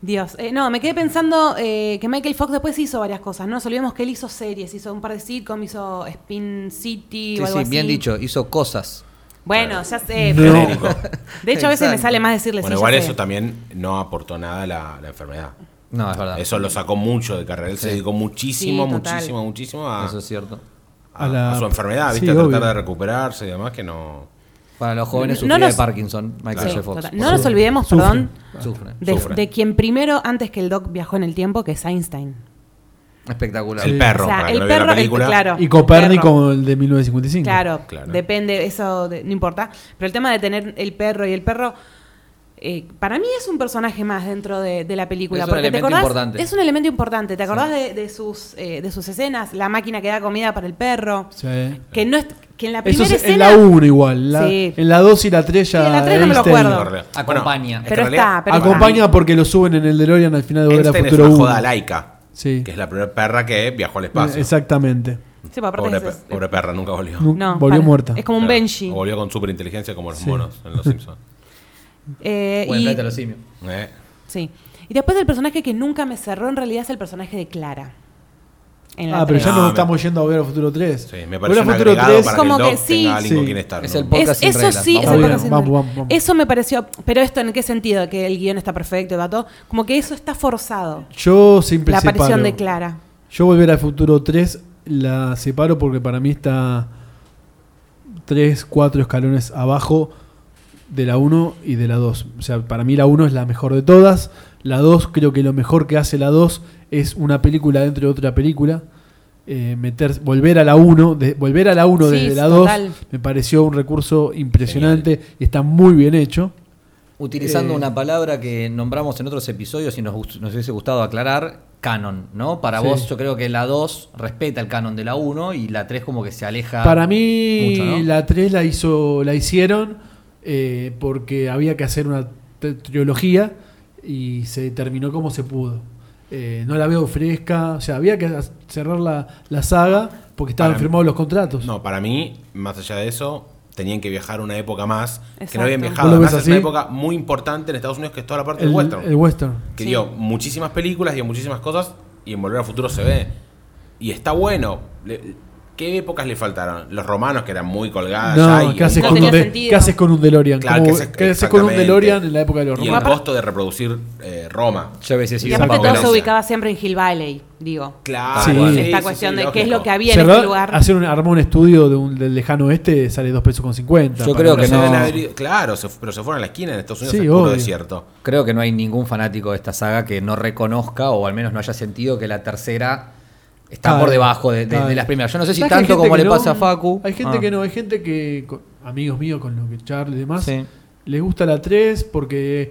Speaker 2: Dios. Eh, no, me quedé pensando eh, que Michael Fox después hizo varias cosas. No nos olvidemos que él hizo series, hizo un par de sitcoms, hizo Spin City
Speaker 6: Sí,
Speaker 2: o algo
Speaker 6: sí,
Speaker 2: así.
Speaker 6: bien dicho, hizo cosas.
Speaker 2: Bueno, ya sé.
Speaker 7: No.
Speaker 2: pero-
Speaker 8: Genérico.
Speaker 2: De hecho, a veces me
Speaker 6: Exacto.
Speaker 2: sale más decirle
Speaker 8: Bueno,
Speaker 2: sí,
Speaker 8: igual
Speaker 2: ya
Speaker 8: eso
Speaker 2: sé.
Speaker 8: también no aportó nada a la, la enfermedad.
Speaker 6: No, es verdad. Eso,
Speaker 8: Eso lo sacó mucho de carrera. Él se dedicó muchísimo,
Speaker 2: Sí, total.
Speaker 8: muchísimo, muchísimo a,
Speaker 6: es cierto.
Speaker 8: a-
Speaker 7: A la-
Speaker 8: a su enfermedad, ¿viste?
Speaker 7: Sí,
Speaker 8: a tratar
Speaker 7: obvio.
Speaker 8: de recuperarse y demás, que no.
Speaker 6: Para los jóvenes
Speaker 2: No
Speaker 6: sufría
Speaker 2: nos-
Speaker 6: de Parkinson, Michael
Speaker 2: Sí,
Speaker 6: J. Fox.
Speaker 2: total. No nos olvidemos,
Speaker 7: Sufre.
Speaker 2: perdón,
Speaker 6: Sufre.
Speaker 2: de,
Speaker 8: Sufre.
Speaker 2: de quien primero, antes que el Doc, viajó en el tiempo, que es Einstein.
Speaker 6: Espectacular.
Speaker 8: El perro,
Speaker 2: o sea,
Speaker 8: para que
Speaker 2: el
Speaker 8: no vea
Speaker 2: perro,
Speaker 8: la
Speaker 2: el-
Speaker 8: película.
Speaker 2: claro.
Speaker 7: Y Copérnico,
Speaker 2: perro.
Speaker 7: el de 1955.
Speaker 2: Claro,
Speaker 8: Claro.
Speaker 2: depende, eso de- no importa. Pero el tema de tener el perro y el perro, eh, para mí es un personaje más dentro de, de la película.
Speaker 6: Es un
Speaker 2: porque te
Speaker 6: elemento
Speaker 2: acordás-
Speaker 6: importante.
Speaker 2: Es un elemento importante. ¿Te acordás de, de sus, eh, de sus escenas? La máquina que da comida para el perro.
Speaker 7: Sí.
Speaker 2: Que no es que en la
Speaker 7: Eso
Speaker 2: primera
Speaker 7: es en
Speaker 2: escena...
Speaker 7: la 1 igual. la-
Speaker 2: Sí.
Speaker 7: En la 2 y la 3 ya.
Speaker 2: Sí, en la tres no me lo
Speaker 7: Einstein
Speaker 2: acuerdo.
Speaker 8: Bueno,
Speaker 6: Acompaña.
Speaker 8: es que
Speaker 2: Pero
Speaker 8: en realidad
Speaker 2: está, pero está.
Speaker 7: Acompaña porque lo suben en el DeLorean al final de Volver
Speaker 8: Einstein
Speaker 7: a
Speaker 8: es
Speaker 7: Futuro
Speaker 8: una
Speaker 7: 1.
Speaker 8: joda laica,
Speaker 7: Sí.
Speaker 8: que es la primera perra que viajó al espacio.
Speaker 7: Exactamente.
Speaker 2: Sí, pues, aparte
Speaker 8: Pobre,
Speaker 2: es- es-
Speaker 8: pe- pobre perra, nunca volvió.
Speaker 7: Nu-
Speaker 2: no,
Speaker 7: Volvió
Speaker 2: para-
Speaker 7: muerta.
Speaker 2: Es como un
Speaker 8: Claro,
Speaker 2: Benji.
Speaker 8: Volvió con superinteligencia como los monos en Los Simpsons.
Speaker 2: Eh,
Speaker 6: Bueno,
Speaker 2: y-
Speaker 6: planeta de los simios.
Speaker 8: Eh,
Speaker 2: Sí. Y después del personaje que nunca me cerró, en realidad es el personaje de Clara. En la
Speaker 7: Ah, pero ya
Speaker 2: tres.
Speaker 7: nos
Speaker 8: No, me-
Speaker 7: estamos yendo a Volver a Futuro 3.
Speaker 8: sí, me parece
Speaker 7: Volver a
Speaker 8: un
Speaker 7: Futuro
Speaker 8: agregado
Speaker 7: 3.
Speaker 8: para
Speaker 2: Como
Speaker 8: que el
Speaker 2: que
Speaker 8: doc
Speaker 2: sí.
Speaker 8: tenga alguien
Speaker 7: Sí.
Speaker 8: con quien estar.
Speaker 6: Es
Speaker 8: ¿no?
Speaker 6: el podcast sin
Speaker 2: Es- eso
Speaker 6: reglas.
Speaker 2: sí, es
Speaker 6: Vamos
Speaker 2: el
Speaker 6: bien.
Speaker 2: podcast sin
Speaker 7: vamos,
Speaker 2: reglas.
Speaker 7: vamos, vamos.
Speaker 2: Eso me pareció, pero esto en qué sentido, que el guión está perfecto, y va todo, como que eso está forzado.
Speaker 7: Yo siempre
Speaker 2: La aparición
Speaker 7: separo.
Speaker 2: de Clara.
Speaker 7: Yo Volver a Futuro 3 la separo porque para mí está 3, 4 escalones abajo de la 1 y de la 2. O sea, para mí la 1 es la mejor de todas. La 2 creo que lo mejor que hace la 2 es una película dentro de otra película. Eh, meter, volver a la 1, de- volver a la 1
Speaker 2: Sí,
Speaker 7: desde la 2
Speaker 2: total.
Speaker 7: me pareció un recurso impresionante y está muy bien hecho.
Speaker 6: Utilizando
Speaker 7: Eh,
Speaker 6: una palabra que nombramos en otros episodios y nos, gust- nos hubiese gustado aclarar, canon, ¿no? Para
Speaker 7: Sí.
Speaker 6: vos yo creo que la 2 respeta el canon de la 1 y la 3 como que se aleja.
Speaker 7: Para mí
Speaker 6: mucho, ¿no?
Speaker 7: la 3 la hizo la hicieron eh, porque había que hacer una t- trilogía y se terminó como se pudo. Eh, no la veo fresca, o sea, había que as- cerrar la, la saga porque estaban
Speaker 8: Para mí-
Speaker 7: firmados los contratos.
Speaker 8: No, para mí, más allá de eso, tenían que viajar una época más. Que
Speaker 2: Exacto.
Speaker 8: no habían viajado.
Speaker 7: ¿Vos lo ves
Speaker 8: Además, es una
Speaker 7: así?
Speaker 8: época muy importante en Estados Unidos, que es toda la parte
Speaker 7: el,
Speaker 8: del western.
Speaker 7: el western.
Speaker 8: que
Speaker 2: Sí.
Speaker 8: dio muchísimas películas, dio muchísimas cosas, y en Volver al Futuro se ve. y está bueno. Le- ¿Qué épocas le faltaron? Los romanos que eran muy colgadas. Ah, ya,
Speaker 7: No,
Speaker 8: y
Speaker 7: ¿qué haces,
Speaker 2: No
Speaker 7: con
Speaker 2: tenía
Speaker 7: un de-
Speaker 2: sentido.
Speaker 7: ¿qué haces con un DeLorean?
Speaker 8: Claro,
Speaker 7: ¿Cómo-
Speaker 8: que se-
Speaker 7: ¿Qué haces con un
Speaker 8: exactamente.
Speaker 7: DeLorean en la época de los
Speaker 8: Y
Speaker 7: romanos?
Speaker 8: el costo de reproducir eh, Roma.
Speaker 6: Yo a veces
Speaker 2: Y
Speaker 6: iba
Speaker 2: aparte
Speaker 6: a
Speaker 2: todo se
Speaker 8: Valencia.
Speaker 2: ubicaba siempre en Hill Valley, digo.
Speaker 8: Claro.
Speaker 7: Sí.
Speaker 8: bueno,
Speaker 2: Esta
Speaker 8: sí,
Speaker 2: cuestión
Speaker 8: sí,
Speaker 2: de qué es
Speaker 8: lógico.
Speaker 2: lo que había en
Speaker 7: Cerrar-
Speaker 2: este lugar.
Speaker 7: Hacer un, armar un estudio de un, del lejano este sale 2 pesos con 50.
Speaker 6: Yo
Speaker 7: para-
Speaker 6: creo
Speaker 8: Pero
Speaker 6: que
Speaker 8: se
Speaker 6: no.
Speaker 8: deben haber ido- claro, se- pero se fueron a la esquina en Estados Unidos,
Speaker 7: Sí,
Speaker 8: es puro
Speaker 7: obvio.
Speaker 8: desierto.
Speaker 6: Creo que no hay ningún fanático de esta saga que no reconozca o al menos no haya sentido que la tercera está
Speaker 7: Claro.
Speaker 6: por debajo de, de- de
Speaker 7: Claro.
Speaker 6: las primeras. Yo no sé si
Speaker 7: ¿Sabes que hay
Speaker 6: tanto
Speaker 7: gente
Speaker 6: como
Speaker 7: que
Speaker 6: le
Speaker 7: no?
Speaker 6: pasa a Facu.
Speaker 7: Hay gente
Speaker 6: Ah.
Speaker 7: que no, hay gente que, con- amigos míos con los que charlo y demás,
Speaker 6: Sí.
Speaker 7: les gusta la 3 porque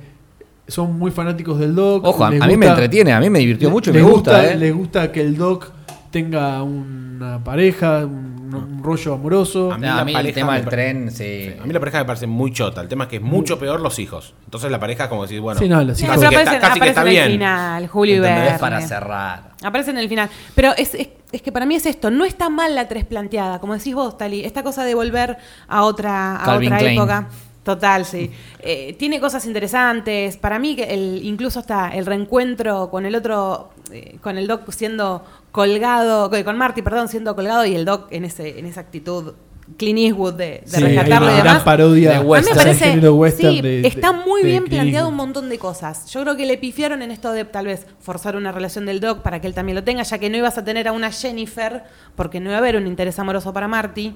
Speaker 7: son muy fanáticos del Doc.
Speaker 6: Ojo, a,
Speaker 7: les
Speaker 6: a mí me
Speaker 7: gusta-
Speaker 6: entretiene, a mí me divirtió mucho y me
Speaker 7: les
Speaker 6: gusta. eh.
Speaker 7: Les gusta que el Doc tenga una pareja, un, un rollo amoroso.
Speaker 8: A mí
Speaker 6: No,
Speaker 8: la
Speaker 6: a mí el
Speaker 8: pareja
Speaker 6: tema
Speaker 8: me
Speaker 6: del
Speaker 8: pare-
Speaker 6: tren, sí.
Speaker 8: Eh, A mí la pareja me parece muy chota. El tema es que es mucho peor los hijos. Entonces la pareja es como decir, bueno.
Speaker 7: Sí, no, los
Speaker 2: Sí,
Speaker 7: hijos.
Speaker 8: casi
Speaker 2: pero
Speaker 8: que está-
Speaker 2: aparecen,
Speaker 8: casi que está
Speaker 2: aparecen en el
Speaker 8: bien.
Speaker 2: final, Julio y
Speaker 8: ¿Entendés?
Speaker 6: Es para
Speaker 2: Verne.
Speaker 6: cerrar.
Speaker 2: Aparece en el final. Pero es, es- es que para mí es esto, no está mal la tres planteada, como decís vos, Tali, esta cosa de volver a otra, a
Speaker 6: Calvin
Speaker 2: otra
Speaker 6: Klein.
Speaker 2: época. Total, sí. Eh, tiene cosas interesantes. Para mí, que el, incluso hasta el reencuentro con el otro, eh, con el Doc siendo colgado, eh, con con Marty, perdón, siendo colgado y el Doc en, ese, en esa actitud Clint Eastwood de, de
Speaker 7: Sí,
Speaker 2: rescatarlo
Speaker 7: hay
Speaker 2: y demás.
Speaker 7: una gran parodia del
Speaker 6: De
Speaker 2: A mí me
Speaker 6: western.
Speaker 2: parece,
Speaker 7: género western
Speaker 2: sí,
Speaker 7: de- de-
Speaker 2: está muy
Speaker 7: de
Speaker 2: bien
Speaker 7: Clint
Speaker 2: planteado
Speaker 7: Eastwood.
Speaker 2: un montón de cosas. Yo creo que le pifiaron en esto de tal vez forzar una relación del Doc para que él también lo tenga, ya que no ibas a tener a una Jennifer porque no iba a haber un interés amoroso para Marty.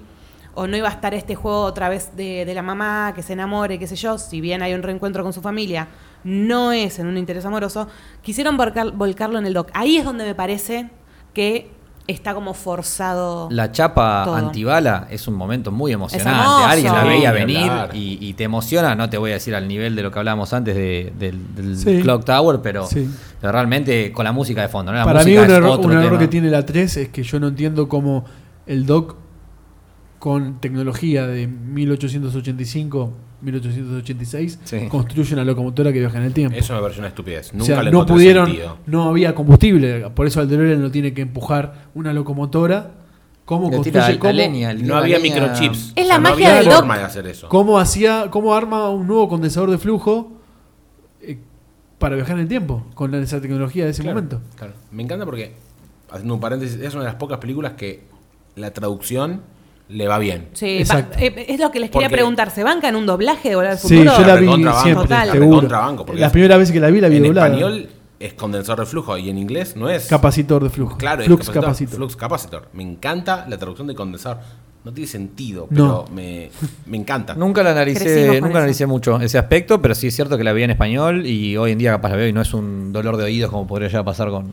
Speaker 2: O no iba a estar este juego otra vez de, de la mamá, que se enamore, qué sé yo. Si bien hay un reencuentro con su familia, no es en un interés amoroso. Quisieron volcar- volcarlo en el Doc. Ahí es donde me parece que está como forzado.
Speaker 6: La chapa
Speaker 2: todo.
Speaker 6: antibala es un momento muy emocionante.
Speaker 2: hermoso.
Speaker 6: Alguien la
Speaker 2: Sí,
Speaker 6: veía
Speaker 8: ni
Speaker 6: venir
Speaker 8: hablar.
Speaker 6: y, y te emociona. No te voy a decir al nivel de lo que hablábamos antes de- del, del
Speaker 7: Sí.
Speaker 6: Clock Tower, pero,
Speaker 7: Sí.
Speaker 6: pero realmente con la música de fondo. ¿no? La
Speaker 7: Para mí
Speaker 6: música
Speaker 7: un
Speaker 6: es
Speaker 7: error,
Speaker 6: otro
Speaker 7: un error
Speaker 6: tema.
Speaker 7: que tiene la 3 es que yo no entiendo cómo el Doc con tecnología de 1885, 1886
Speaker 6: Sí.
Speaker 7: construye una locomotora que viaja en el tiempo.
Speaker 8: Eso me pareció una estupidez. Nunca
Speaker 7: o sea,
Speaker 8: le
Speaker 7: no
Speaker 8: encontré
Speaker 7: pudieron,
Speaker 8: sentido.
Speaker 7: no había combustible, por eso el DeLorean no tiene que empujar una locomotora. ¿Cómo
Speaker 6: Le tira
Speaker 7: construye?
Speaker 6: la
Speaker 7: cómo,
Speaker 6: leña, le
Speaker 8: No
Speaker 6: tira la
Speaker 8: había
Speaker 6: leña.
Speaker 8: microchips.
Speaker 2: Es la
Speaker 8: no
Speaker 2: magia
Speaker 8: había
Speaker 2: del
Speaker 8: forma
Speaker 2: doc.
Speaker 8: de hacer eso.
Speaker 7: cómo hacía, cómo arma un nuevo condensador de flujo eh, para viajar en el tiempo con esa tecnología de ese
Speaker 8: Claro,
Speaker 7: momento?
Speaker 8: claro. Me encanta porque, haciendo un paréntesis, es una de las pocas películas que la traducción le va bien.
Speaker 2: Sí, va-
Speaker 7: Exacto.
Speaker 2: eh, es lo que les quería
Speaker 8: Porque-
Speaker 2: preguntar. ¿Se banca en un doblaje de Volver al
Speaker 7: Sí,
Speaker 2: Futuro?
Speaker 7: yo la vi
Speaker 8: Recontra banco,
Speaker 7: siempre,
Speaker 2: total.
Speaker 7: seguro.
Speaker 8: Recontra banco, porque
Speaker 7: Las
Speaker 8: es-
Speaker 7: primeras veces que la vi, la vi
Speaker 8: en
Speaker 7: doblada.
Speaker 8: español es condensador de flujo y en inglés no es.
Speaker 7: Capacitor de flujo.
Speaker 8: Claro,
Speaker 7: flux
Speaker 8: es
Speaker 7: capacitor.
Speaker 8: Flux capacitor. Me encanta la traducción de condensador. No tiene sentido,
Speaker 7: No.
Speaker 8: pero me, me encanta.
Speaker 6: Nunca la
Speaker 2: Crecimos
Speaker 6: analicé,
Speaker 2: con
Speaker 6: nunca
Speaker 2: eso.
Speaker 6: analicé mucho ese aspecto, pero sí es cierto que la vi en español y hoy en día capaz la veo y no es un dolor de oídos como podría ya pasar con,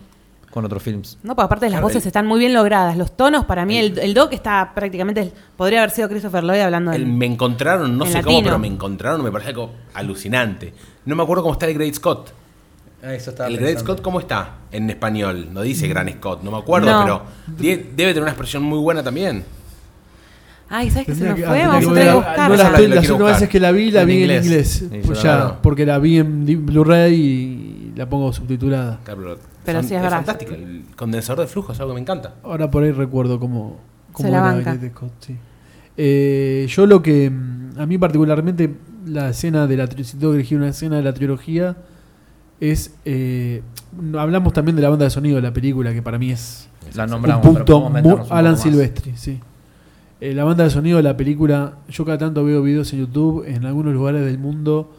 Speaker 6: con otros films.
Speaker 2: No, porque aparte las
Speaker 8: Claro,
Speaker 2: voces
Speaker 8: el-
Speaker 2: están muy bien logradas. Los tonos, para mí, el, el doc está prácticamente. Podría haber sido Christopher Lloyd hablando
Speaker 8: El
Speaker 2: del.
Speaker 8: me encontraron, no
Speaker 2: en
Speaker 8: sé
Speaker 2: latino.
Speaker 8: cómo, pero me encontraron, me parece algo alucinante. No me acuerdo cómo está el Great Scott.
Speaker 6: Eso
Speaker 8: ¿El Great Scott cómo está? En español, no dice Gran Scott, no me acuerdo,
Speaker 2: Mm. No.
Speaker 8: pero die- debe tener una expresión muy buena también.
Speaker 2: Ay, ¿sabes qué se
Speaker 7: Tendría
Speaker 2: nos fue?
Speaker 7: que- tendría
Speaker 2: Vamos
Speaker 7: que
Speaker 2: a
Speaker 7: ver
Speaker 2: tener que
Speaker 7: la-
Speaker 2: buscarla.
Speaker 7: no las,
Speaker 8: Ahora que lo
Speaker 7: las
Speaker 8: quiero
Speaker 7: últimas
Speaker 8: buscar.
Speaker 7: veces que la vi, la
Speaker 6: En
Speaker 7: vi en
Speaker 6: inglés.
Speaker 7: inglés.
Speaker 6: Sí,
Speaker 7: Pues
Speaker 6: yo
Speaker 7: ya,
Speaker 6: también.
Speaker 7: porque la vi en di- Blu-ray y la pongo subtitulada.
Speaker 8: Claro, Pero,
Speaker 2: Pero
Speaker 8: fan-
Speaker 2: sí, es verdad.
Speaker 8: fantástico. El condensador de flujo es algo que me encanta.
Speaker 7: Ahora por ahí recuerdo cómo, cómo
Speaker 2: Se la
Speaker 7: era
Speaker 2: banca.
Speaker 7: Great Scott, sí. Eh, yo lo que. mm, A mí, particularmente, la escena de la. tri- Si tengo que elegir una escena de la trilogía, es. eh, no- hablamos también de la banda de sonido de la película, que para mí es.
Speaker 6: La
Speaker 7: un
Speaker 6: nombramos, pero
Speaker 7: punto
Speaker 6: podemos
Speaker 7: muy-
Speaker 6: meternos un
Speaker 7: Alan
Speaker 6: poco más.
Speaker 7: Silvestri, sí. Eh, la banda de sonido de la película, yo cada tanto veo videos en YouTube, en algunos lugares del mundo,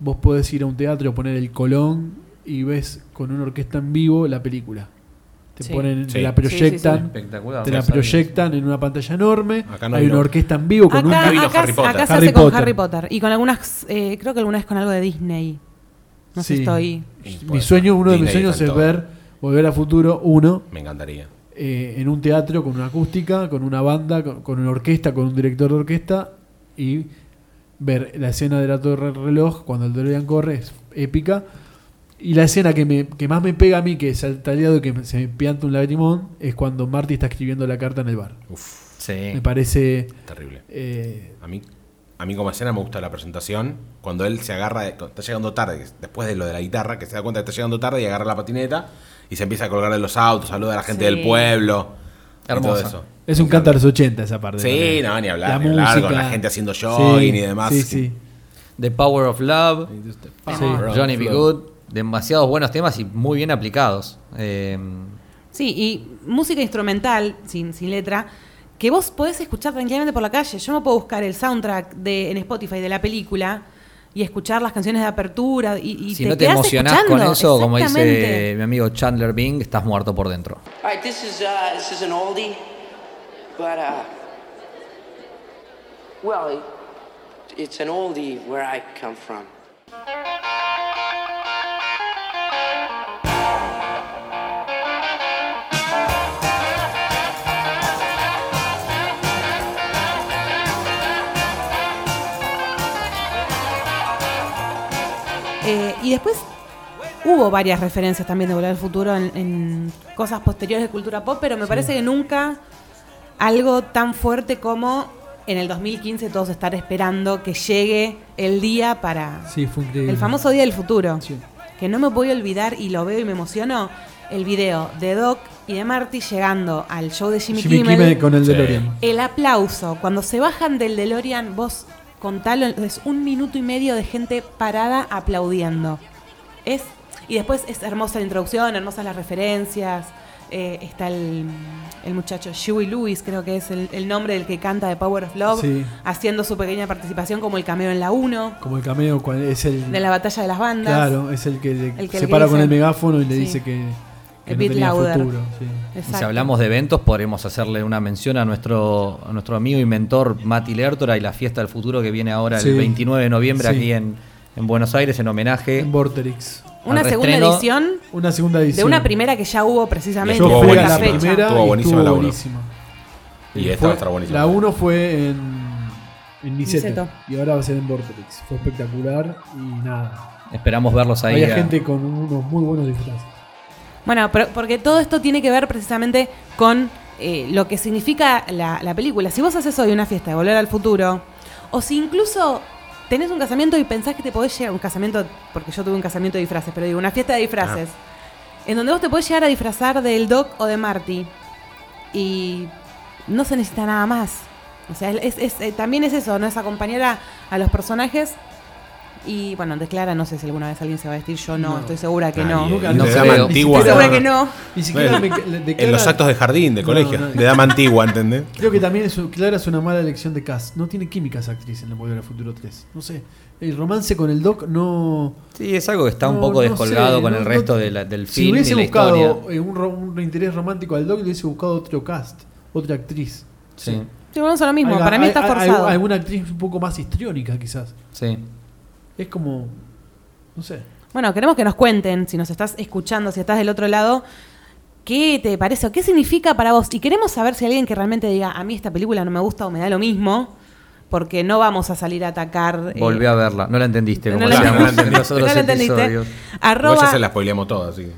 Speaker 7: vos podés ir a un teatro, poner el colón y ves con una orquesta en vivo la película. Te
Speaker 2: Sí.
Speaker 7: ponen, te
Speaker 8: Sí.
Speaker 7: la
Speaker 2: Sí, sí, sí.
Speaker 7: proyectan,
Speaker 6: Espectacular.
Speaker 7: te la proyectan en una pantalla enorme,
Speaker 8: Acá no
Speaker 7: hay
Speaker 8: vino.
Speaker 7: una orquesta en vivo con
Speaker 2: Acá,
Speaker 8: un-
Speaker 2: acá-
Speaker 8: Acá vino Harry Potter.
Speaker 2: acá se
Speaker 7: Harry
Speaker 2: hace con
Speaker 7: Potter.
Speaker 2: Harry Potter. Y con algunas. eh, creo que algunas con algo de Disney. No sé
Speaker 7: Sí.
Speaker 2: si estoy.
Speaker 8: Y
Speaker 7: un... Mi
Speaker 8: puede
Speaker 7: sueño,
Speaker 8: ser.
Speaker 7: uno de mis
Speaker 8: Disney
Speaker 7: sueños
Speaker 8: está en
Speaker 7: es
Speaker 8: todo.
Speaker 7: ver Volver a Futuro 1
Speaker 8: Me encantaría.
Speaker 7: eh, en un teatro con una acústica, con una banda, con, con una orquesta, con un director de orquesta y ver la escena de la torre del reloj cuando el DeLorean corre es épica. Y la escena que, me, que más me pega a mí, que es al taleado y que me- se me pianta un lagrimón, es cuando Marty está escribiendo la carta en el bar.
Speaker 8: Uf,
Speaker 6: Sí.
Speaker 7: Me parece...
Speaker 8: terrible.
Speaker 7: eh,
Speaker 8: A mí, a mí como escena me gusta la presentación. Cuando él se agarra, de- cuando está llegando tarde, que es después de lo de la guitarra, que se da cuenta que está llegando tarde y agarra la patineta y se empieza a colgar de los autos, saluda a la gente
Speaker 2: Sí.
Speaker 8: del pueblo. y
Speaker 6: Hermosa.
Speaker 8: todo eso.
Speaker 7: es un canto a los 80 esa parte.
Speaker 8: Sí,
Speaker 7: también.
Speaker 8: no, ni hablar, ni hablar, con la gente haciendo jogging y demás.
Speaker 7: Sí, sí. Ah,
Speaker 6: The Power of Love,
Speaker 7: Sí.
Speaker 6: Johnny B. Good, demasiados buenos temas y muy bien aplicados. Eh,
Speaker 2: Sí, y música instrumental, sin, sin letra, que vos podés escuchar tranquilamente por la calle. Yo me puedo buscar el soundtrack de, en Spotify de la película y escuchar las canciones de apertura y, y
Speaker 6: si no te
Speaker 2: quedás
Speaker 6: emocionás con
Speaker 2: escuchando.
Speaker 6: eso, como dice
Speaker 2: Exactamente.
Speaker 6: mi amigo Chandler Bing, estás muerto por dentro.
Speaker 3: All right, this is uh, this is an oldie, but uh, well, it- it's an oldie where I come from.
Speaker 2: Eh, y después hubo varias referencias también de Volver al Futuro en, en cosas posteriores de cultura pop, pero me parece que nunca algo tan fuerte como en el 2015 todos estar esperando que llegue el día para
Speaker 7: Sí, fue increíble.
Speaker 2: el famoso Día del Futuro.
Speaker 7: Sí.
Speaker 2: Que no me voy a olvidar y lo veo y me emociono. El video de Doc y de Marty llegando al show de Jimmy,
Speaker 7: Jimmy Kimmel,
Speaker 2: Kimmel
Speaker 7: con el
Speaker 8: Sí.
Speaker 7: DeLorean.
Speaker 2: el aplauso, cuando se bajan del DeLorean, vos contalo, es un minuto y medio de gente parada aplaudiendo. Es, y después es hermosa la introducción, hermosas las referencias. eh, está el, el muchacho Huey Lewis, creo que es el, el nombre del que canta de Power of Love,
Speaker 7: Sí.
Speaker 2: haciendo su pequeña participación como el cameo en la 1,
Speaker 7: Como el cameo cual- es el.
Speaker 2: de la batalla de las bandas.
Speaker 7: claro, es el que, le-
Speaker 2: que
Speaker 7: se
Speaker 2: le
Speaker 7: para
Speaker 2: dice-
Speaker 7: con el megáfono y le
Speaker 2: Sí.
Speaker 7: dice que,
Speaker 2: A
Speaker 7: que no
Speaker 2: bit
Speaker 7: tenía
Speaker 2: louder.
Speaker 7: futuro. sí.
Speaker 6: Y
Speaker 2: Exacto.
Speaker 6: si hablamos de eventos, podremos hacerle una mención a nuestro, a nuestro amigo y mentor Mati Lertora y la fiesta del futuro que viene ahora
Speaker 7: Sí.
Speaker 6: el 29 de noviembre
Speaker 7: Sí.
Speaker 6: aquí en, en Buenos Aires en
Speaker 8: Eh,
Speaker 6: homenaje.
Speaker 7: En Vorterix.
Speaker 2: Una
Speaker 6: al
Speaker 2: segunda
Speaker 6: reestreno-
Speaker 2: edición
Speaker 7: Una segunda
Speaker 2: de
Speaker 7: edición.
Speaker 2: una primera que ya hubo precisamente.
Speaker 7: Yo
Speaker 8: Estuvo
Speaker 7: fui
Speaker 2: por
Speaker 7: a
Speaker 8: buenísima.
Speaker 7: la
Speaker 2: fecha.
Speaker 7: primera
Speaker 8: Estuvo
Speaker 7: y
Speaker 8: buenísima
Speaker 7: estuvo
Speaker 8: la uno.
Speaker 7: buenísima.
Speaker 8: Y esta
Speaker 7: Fue-
Speaker 8: va a estar buenísima.
Speaker 7: La 1 fue en. En Niceto,
Speaker 2: Niceto.
Speaker 7: Y ahora va a ser en Vorterix. Fue espectacular y nada.
Speaker 6: Esperamos verlos ahí. eh.
Speaker 7: Había
Speaker 6: a-
Speaker 7: gente con unos muy buenos disfraces.
Speaker 2: Bueno, pero- porque todo esto tiene que ver precisamente con eh, lo que significa la, la película. Si vos haces hoy una fiesta de volver al futuro, o si incluso tenés un casamiento y pensás que te podés llegar, un casamiento, porque yo tuve un casamiento de disfraces, pero digo, una fiesta de disfraces, en donde vos te podés llegar a disfrazar del Doc o de Marty, y no se necesita nada más. O sea, es, es- eh, también es eso, ¿no? Es acompañar a, a los personajes. Y bueno, de Clara, no sé si alguna vez alguien se va a vestir, yo no, estoy segura que no.
Speaker 8: Nadie.
Speaker 7: Nunca-
Speaker 8: De
Speaker 7: no
Speaker 8: dama
Speaker 6: creo.
Speaker 8: antigua.
Speaker 2: Estoy segura que no.
Speaker 7: Ni siquiera
Speaker 8: Bueno,
Speaker 7: me- le- de
Speaker 8: En los
Speaker 7: Clara-
Speaker 8: actos de jardín del
Speaker 7: No,
Speaker 8: colegio.
Speaker 7: no.
Speaker 8: De dama antigua, ¿entendés?
Speaker 7: Creo que también es, un- Clara es una mala elección de cast. No tiene química esa actriz en el Volver al Futuro 3. No sé. El romance con el Doc no.
Speaker 6: Sí, es algo que está un
Speaker 7: no-
Speaker 6: poco
Speaker 7: no
Speaker 6: descolgado
Speaker 7: sé,
Speaker 6: con
Speaker 7: no-
Speaker 6: el
Speaker 7: no-
Speaker 6: resto de la- del
Speaker 7: Si
Speaker 6: film y
Speaker 7: hubiese
Speaker 6: la historia.
Speaker 7: buscado eh, un, ro- un interés romántico al Doc, le hubiese buscado otro cast, otra actriz.
Speaker 6: Sí,
Speaker 2: Sí, vamos a lo mismo.
Speaker 7: Alga-
Speaker 2: Para mí
Speaker 7: al-
Speaker 2: está
Speaker 7: al-
Speaker 2: forzado.
Speaker 7: alguna actriz un poco más histriónica, quizás.
Speaker 6: sí.
Speaker 7: Es como. No sé.
Speaker 2: Bueno, queremos que nos cuenten, si nos estás escuchando, si estás del otro lado, qué te parece o qué significa para vos. Y queremos saber si alguien que realmente diga, a mí esta película no me gusta o me da lo mismo, porque no vamos a salir a atacar. eh,
Speaker 6: Volví a verla. No la entendiste,
Speaker 2: no
Speaker 6: como
Speaker 2: la
Speaker 6: decíamos
Speaker 2: entendiste.
Speaker 6: en los otros
Speaker 2: No la entendiste.
Speaker 6: episodios.
Speaker 2: Arroba-
Speaker 8: Igual ya se la spoileamos todas, así que.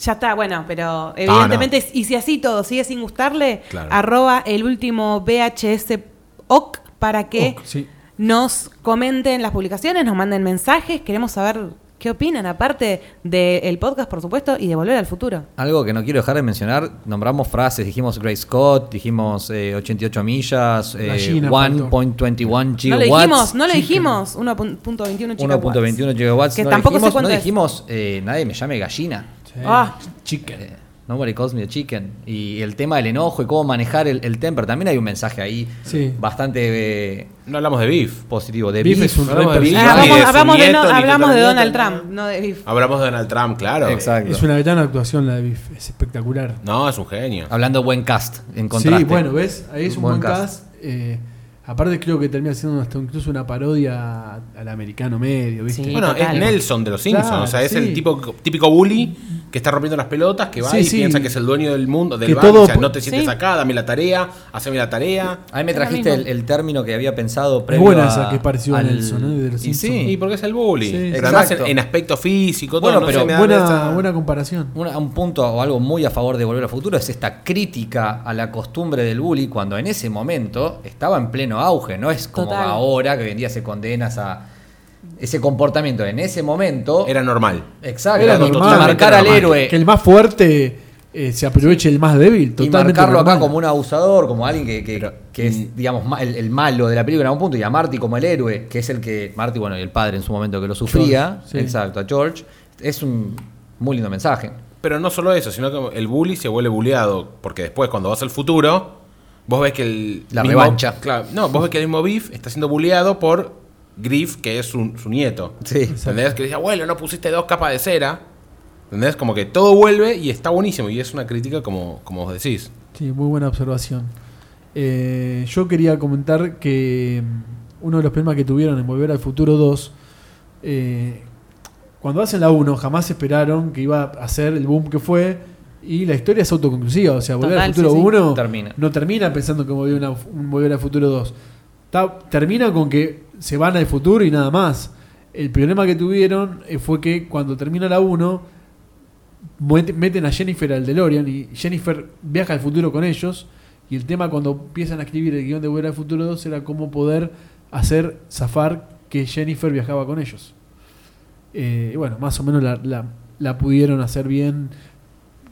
Speaker 2: Ya está, bueno, pero evidentemente,
Speaker 8: no.
Speaker 2: y si así todo sigue sin gustarle,
Speaker 8: Claro.
Speaker 2: arroba el último VHS OC para que
Speaker 7: Ok, Oh, sí.
Speaker 2: nos comenten las publicaciones, nos manden mensajes, queremos saber qué opinan, aparte del podcast, por supuesto, y de volver al futuro.
Speaker 6: Algo que no quiero dejar de mencionar, nombramos frases, dijimos Gray Scott, dijimos eh, 88 millas, eh,
Speaker 7: Gallina,
Speaker 6: 1.21
Speaker 2: no lo
Speaker 6: gigawatts.
Speaker 2: dijimos, no lo dijimos, 1.21 gigawatts.
Speaker 6: 1.21 gigawatts.
Speaker 2: Que
Speaker 6: no
Speaker 2: tampoco
Speaker 6: dijimos,
Speaker 2: sé cuánto
Speaker 6: no
Speaker 2: es.
Speaker 6: dijimos eh, nadie me llame gallina.
Speaker 2: Ah,
Speaker 6: Eh, Nobody calls me a chicken. Y el tema del enojo y cómo manejar el, el temper. También hay un mensaje ahí
Speaker 7: Sí.
Speaker 6: bastante eh,
Speaker 8: No hablamos de Beef.
Speaker 6: positivo. De
Speaker 7: Beef
Speaker 6: beef,
Speaker 7: es un re
Speaker 8: Hablamos de
Speaker 7: personaje.
Speaker 8: Beef.
Speaker 2: hablamos,
Speaker 8: ni de su
Speaker 2: hablamos de, no-
Speaker 8: nieto, ni de
Speaker 2: hablamos de
Speaker 8: Total
Speaker 2: Donald
Speaker 8: Mutant,
Speaker 2: Trump, no de Biff.
Speaker 8: Hablamos de Donald Trump, claro.
Speaker 6: Exacto.
Speaker 7: Es una gran actuación la de Biff. Es espectacular.
Speaker 8: No, es un genio.
Speaker 6: Hablando buen cast, en contraste.
Speaker 7: Sí, bueno, ¿ves? Ahí es un buen,
Speaker 6: Buen
Speaker 7: cast. Eh, aparte creo que termina siendo hasta incluso una parodia al americano medio, ¿viste?
Speaker 2: Sí.
Speaker 8: Bueno, es
Speaker 2: total.
Speaker 8: Nelson de los Simpsons,
Speaker 7: Claro,
Speaker 8: o sea, es
Speaker 7: sí.
Speaker 8: el tipo, típico bully que está rompiendo las pelotas, que va
Speaker 7: Sí,
Speaker 8: y
Speaker 7: sí.
Speaker 8: piensa que es el dueño del mundo, del
Speaker 7: Que
Speaker 8: bar,
Speaker 7: todo
Speaker 8: o sea, no
Speaker 7: po-
Speaker 8: te sientes
Speaker 2: Sí.
Speaker 8: acá, dame la tarea, haceme la tarea.
Speaker 6: A mí me
Speaker 2: Es lo
Speaker 6: trajiste el,
Speaker 2: mismo.
Speaker 6: el término que había pensado previo
Speaker 7: buena
Speaker 6: a-
Speaker 7: esa que pareció a
Speaker 6: al-
Speaker 7: Nelson, ¿eh? de los
Speaker 6: y
Speaker 7: Simpsons.
Speaker 8: Y
Speaker 6: sí,
Speaker 8: porque es el bully.
Speaker 7: Sí,
Speaker 8: pero además en,
Speaker 6: exacto.
Speaker 8: en aspecto físico, todo,
Speaker 6: Bueno,
Speaker 8: no
Speaker 6: pero
Speaker 8: sé, me da esa-
Speaker 7: Buena, buena comparación.
Speaker 6: una- un punto o algo muy a favor de Volver al Futuro es esta crítica a la costumbre del bully cuando en ese momento estaba en pleno auge. No es como
Speaker 2: Total.
Speaker 6: ahora que hoy en día se condenas a ese comportamiento. En ese momento
Speaker 8: Era normal.
Speaker 6: Exacto.
Speaker 7: Era
Speaker 6: Era
Speaker 7: normal.
Speaker 6: marcar al
Speaker 8: Totalmente
Speaker 6: héroe
Speaker 7: Que el más fuerte eh, se aproveche el más débil.
Speaker 6: y
Speaker 7: Totalmente
Speaker 6: marcarlo acá
Speaker 7: normal.
Speaker 6: como un abusador, como alguien que, que- que es, digamos, ma- el, el malo de la película en un punto, y a Marty como el héroe, que es el que. Marty, bueno, y el padre en su momento que lo sufría.
Speaker 7: George, sí.
Speaker 6: Exacto, a George. Es un muy lindo mensaje.
Speaker 8: Pero no solo eso, sino que el bully se vuelve bulleado. Porque después, cuando vas al futuro, vos ves que el.
Speaker 6: La revancha.
Speaker 8: Claro, no, vos ves que el mismo Biff está siendo bulleado por Griff, que es su, su nieto.
Speaker 6: Sí.
Speaker 8: ¿Entendés? Que dice, abuelo, no pusiste dos capas de cera. ¿Entendés? Como que todo vuelve y está buenísimo. Y es una crítica como, como vos decís.
Speaker 7: Sí, muy buena observación. Eh, yo quería comentar que mm, uno de los problemas que tuvieron en Volver al Futuro 2, eh, cuando hacen la 1, jamás esperaron que iba a ser el boom que fue. Y la historia es autoconclusiva, o sea, Volver
Speaker 2: Total,
Speaker 7: al Futuro
Speaker 2: sí, sí.
Speaker 7: 1
Speaker 6: Termina.
Speaker 7: no termina pensando que volvió una- un Volver al Futuro 2. Ta- termina con que se van al futuro y nada más. El problema que tuvieron eh, fue que cuando termina la 1, met- meten a Jennifer al DeLorean y Jennifer viaja al futuro con ellos. Y el tema cuando empiezan a escribir el guión de Volver al Futuro 2 era cómo poder hacer zafar que Jennifer viajaba con ellos. Eh, y bueno, más o menos la, la- la pudieron hacer bien,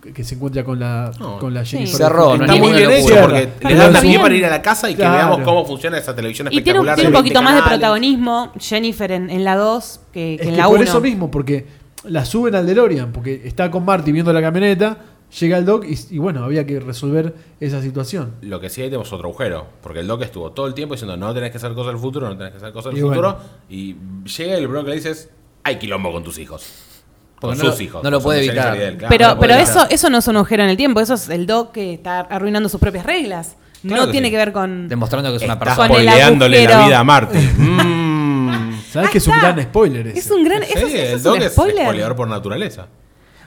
Speaker 7: que que se encuentra con la,
Speaker 8: No.
Speaker 7: con la
Speaker 2: Sí.
Speaker 7: Jennifer.
Speaker 6: Cerró, no
Speaker 8: Está
Speaker 6: es
Speaker 8: muy
Speaker 6: ninguna
Speaker 8: bien hecho
Speaker 6: locura.
Speaker 8: porque
Speaker 7: Cierra.
Speaker 8: le dan la
Speaker 2: Está bien.
Speaker 8: pie para ir a la casa y que
Speaker 7: Claro.
Speaker 8: veamos cómo funciona esa televisión
Speaker 2: Y tiene un,
Speaker 8: espectacular.
Speaker 2: tiene un
Speaker 8: de 20
Speaker 2: poquito más de
Speaker 8: canales.
Speaker 2: protagonismo Jennifer en, en la 2 que, que
Speaker 7: Es
Speaker 2: en
Speaker 7: que
Speaker 2: la
Speaker 7: por
Speaker 2: 1.
Speaker 7: eso mismo, porque la suben al DeLorean, porque está con Marty viendo la camioneta, llega el Doc y, y bueno, había que resolver esa situación.
Speaker 8: Lo que sí ahí tenemos otro agujero, porque el Doc estuvo todo el tiempo diciendo no tenés que hacer cosas del futuro, no tenés que hacer cosas del
Speaker 7: Y
Speaker 8: futuro,
Speaker 7: bueno.
Speaker 8: y llega y el bro que le dices, hay quilombo con tus hijos. Con
Speaker 6: Porque no
Speaker 8: sus
Speaker 6: lo-
Speaker 8: hijos.
Speaker 6: no lo
Speaker 8: con
Speaker 6: puede
Speaker 8: Jennifer
Speaker 6: evitar.
Speaker 8: y él, claro, no
Speaker 2: pero
Speaker 8: lo
Speaker 2: pero
Speaker 8: puede
Speaker 2: eso,
Speaker 8: evitar.
Speaker 2: eso no es un agujero en el tiempo, eso es el Doc que está arruinando sus propias reglas.
Speaker 8: Claro
Speaker 2: no
Speaker 8: que
Speaker 2: tiene
Speaker 8: sí.
Speaker 2: que ver con...
Speaker 6: Demostrando que es una
Speaker 8: Estás
Speaker 6: persona.
Speaker 2: Con el
Speaker 8: spoileándole la
Speaker 2: agujero.
Speaker 8: vida a Marte. Mm.
Speaker 7: ¿Sabes
Speaker 2: Ahí
Speaker 7: que es un
Speaker 2: Ah, está.
Speaker 7: gran spoiler ese?
Speaker 2: Es un gran...
Speaker 8: Sí,
Speaker 2: eso- eso
Speaker 8: el
Speaker 2: es
Speaker 8: Doc
Speaker 2: un
Speaker 8: es
Speaker 2: spoiler.
Speaker 8: spoileador por naturaleza.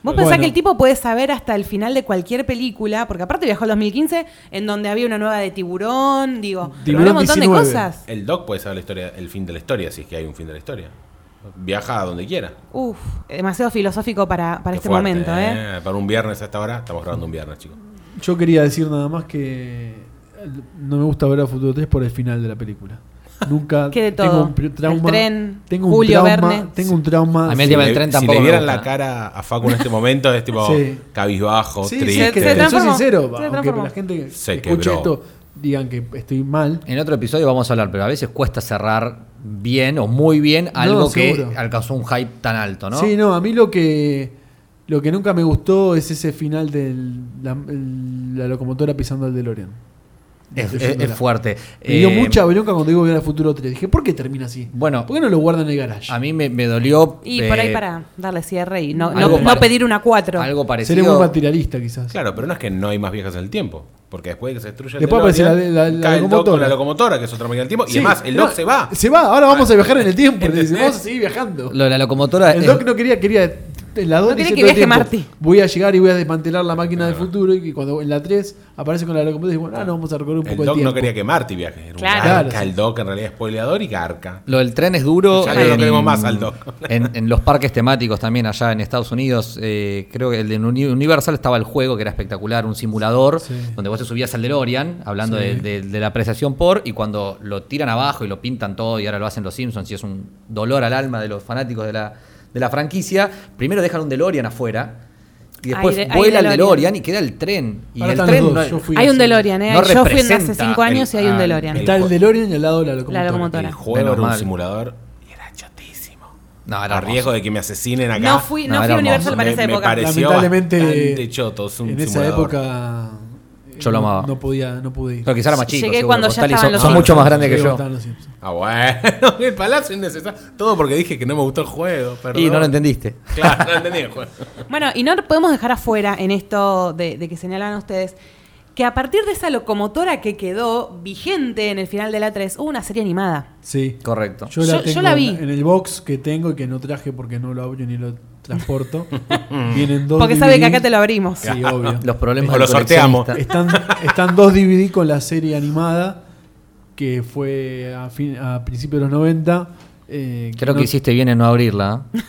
Speaker 2: Vos pensás
Speaker 7: Bueno.
Speaker 2: que el tipo puede saber hasta el final de cualquier película, porque aparte viajó al 2015, en donde había una nueva de tiburón, digo,
Speaker 7: Tiburón
Speaker 2: un montón
Speaker 7: 19.
Speaker 2: de cosas.
Speaker 8: El Doc puede saber la historia, el fin de la historia, si es que hay un fin de la historia. Viaja a donde quiera.
Speaker 2: Uf, demasiado filosófico para, para
Speaker 8: Qué
Speaker 2: este
Speaker 8: fuerte,
Speaker 2: momento, ¿eh?
Speaker 8: Para un viernes hasta ahora, estamos grabando un viernes, chicos.
Speaker 7: Yo quería decir nada más que eh, no me gusta ver a Futuro 3 por el final de la película. Nunca
Speaker 2: Que de todo.
Speaker 7: tengo un pri-
Speaker 2: El
Speaker 7: trauma.
Speaker 2: tren,
Speaker 7: tengo un
Speaker 2: Julio
Speaker 7: trauma.
Speaker 2: Verne.
Speaker 7: Tengo un trauma.
Speaker 6: A mí el tema del
Speaker 8: le-
Speaker 6: tren
Speaker 8: si
Speaker 6: tampoco.
Speaker 8: le
Speaker 6: me
Speaker 8: vieran
Speaker 6: gusta.
Speaker 8: la cara a Facu en este momento, es tipo
Speaker 7: Sí.
Speaker 8: cabizbajo,
Speaker 7: Sí, sí,
Speaker 8: triste.
Speaker 7: es que
Speaker 2: Se
Speaker 7: te- soy
Speaker 2: transformó, se
Speaker 7: sincero, aunque
Speaker 2: transformó.
Speaker 7: la gente
Speaker 8: Se
Speaker 7: se escuche
Speaker 8: quebró.
Speaker 7: esto, digan que estoy mal.
Speaker 6: En otro episodio vamos a hablar, pero a veces cuesta cerrar bien o muy bien algo que
Speaker 7: seguro.
Speaker 6: alcanzó un hype tan alto, ¿no?
Speaker 7: Sí, no, a mí lo que lo que nunca me gustó es ese final de la, el- la locomotora pisando al DeLorean.
Speaker 6: Es, es- es
Speaker 7: Leyéndola.
Speaker 6: fuerte.
Speaker 7: Me dio
Speaker 6: Eh,
Speaker 7: mucha bronca cuando digo que era Futuro 3. Dije, ¿por qué termina así?
Speaker 6: Bueno.
Speaker 7: ¿Por qué no lo guardan en el garage?
Speaker 6: A mí me, me dolió.
Speaker 2: Y por ahí
Speaker 6: eh,
Speaker 2: para darle cierre y no, no-
Speaker 6: algo
Speaker 2: no
Speaker 6: pare-
Speaker 2: pedir una 4.
Speaker 6: Algo parecido.
Speaker 7: Seré muy materialista quizás.
Speaker 8: Claro, pero no es que no hay más viejas en el tiempo. Porque después de que se destruye el
Speaker 7: Después aparece
Speaker 8: DeLorean,
Speaker 7: la- la- la
Speaker 8: cae el Doc
Speaker 7: locomotora.
Speaker 8: con la locomotora, que es otra máquina del tiempo.
Speaker 7: Sí,
Speaker 8: y además, el
Speaker 7: no,
Speaker 8: Doc se va.
Speaker 7: Se va, ahora vamos a viajar en el tiempo.
Speaker 8: ¿Entendés?
Speaker 7: Dice, vamos a seguir viajando.
Speaker 6: Lo eh, de la locomotora
Speaker 7: el
Speaker 6: es-
Speaker 7: Doc no quería, quería. En la 2
Speaker 2: No quería
Speaker 7: dice
Speaker 2: que
Speaker 7: todo el
Speaker 2: viaje
Speaker 7: tiempo,
Speaker 2: Marty.
Speaker 7: Voy a llegar y voy a desmantelar la máquina del futuro. Y cuando en la 3 aparece con la locomotora, y bueno, ah, no, vamos a recorrer un
Speaker 8: El
Speaker 7: poco el
Speaker 8: Doc
Speaker 7: tiempo.
Speaker 8: no quería que Marty viaje. Era
Speaker 2: Claro.
Speaker 8: un garca,
Speaker 7: Claro, sí.
Speaker 8: el Doc en realidad es spoileador y garca.
Speaker 6: Lo del tren es duro.
Speaker 8: Ya no lo queremos más al Doc.
Speaker 6: En, en los parques temáticos también allá en Estados Unidos, eh, creo que el de Uni- Universal estaba el juego que era espectacular, un simulador, donde vos te subías al DeLorean, hablando de, de- de la apreciación por, y cuando lo tiran abajo y lo pintan todo y ahora lo hacen los Simpsons y es un dolor al alma de los fanáticos de la, de la franquicia, primero dejan un DeLorean afuera. Y después
Speaker 2: Ay, de- ay,
Speaker 6: vuela el
Speaker 2: DeLorean.
Speaker 6: DeLorean y queda el tren. Y
Speaker 7: Ahora
Speaker 6: el
Speaker 7: están
Speaker 6: tren
Speaker 7: los
Speaker 6: no
Speaker 7: dos,
Speaker 6: es-
Speaker 7: yo fui
Speaker 2: Hay
Speaker 7: al
Speaker 2: un
Speaker 7: cine.
Speaker 2: DeLorean, ¿eh?
Speaker 6: No
Speaker 2: Yo fui en- hace
Speaker 6: representa
Speaker 2: 5 años y hay un
Speaker 6: el-
Speaker 2: DeLorean.
Speaker 8: el-
Speaker 7: Está el DeLorean y al lado la locomotora.
Speaker 2: La locomotora.
Speaker 8: El juego
Speaker 6: Menos
Speaker 8: era un
Speaker 6: mal.
Speaker 8: simulador y era chotísimo.
Speaker 6: No, era
Speaker 8: A riesgo de que me asesinen acá.
Speaker 2: No fui, no
Speaker 6: No,
Speaker 2: fui
Speaker 6: era
Speaker 2: a Universal
Speaker 6: hermoso.
Speaker 2: para esa
Speaker 8: me, me
Speaker 2: época.
Speaker 8: pareció
Speaker 7: Lamentablemente,
Speaker 8: bastante choto. es un
Speaker 7: en esa
Speaker 8: simulador.
Speaker 7: época eh,
Speaker 6: Yo lo
Speaker 7: no-
Speaker 6: amaba.
Speaker 7: No podía, no pude ir.
Speaker 6: Pero quizá era más chico.
Speaker 2: Llegué
Speaker 6: seguro,
Speaker 2: cuando ya
Speaker 6: Costali
Speaker 2: estaban
Speaker 6: son,
Speaker 2: los
Speaker 6: son
Speaker 2: Simpsons.
Speaker 6: mucho más grandes que
Speaker 7: Llegué
Speaker 6: yo.
Speaker 7: cuando estaban los Simpsons.
Speaker 8: Ah, bueno, el palacio innecesario. Todo porque dije que no me gustó el juego. Perdón.
Speaker 6: Y no lo entendiste.
Speaker 8: Claro, no entendí el juego.
Speaker 2: Bueno, y no podemos dejar afuera en esto de, de que señalan ustedes que a partir de esa locomotora que quedó vigente en el final de la 3, hubo una serie animada.
Speaker 7: Sí.
Speaker 6: Correcto.
Speaker 7: Yo la,
Speaker 2: Yo- yo
Speaker 7: tengo
Speaker 2: la vi.
Speaker 7: en el box que tengo y que no traje porque no lo abro ni lo transporto. Vienen dos
Speaker 2: Porque sabe que
Speaker 7: DVD.
Speaker 2: acá te lo abrimos.
Speaker 7: Sí, obvio.
Speaker 6: Los problemas
Speaker 8: O
Speaker 6: del
Speaker 8: lo sorteamos.
Speaker 6: coleccionista.
Speaker 7: Están, están dos DVD con la serie animada que fue a, fin- a principios de los 90. eh,
Speaker 6: Creo
Speaker 7: no-
Speaker 6: que hiciste bien en no abrirla. ¿eh?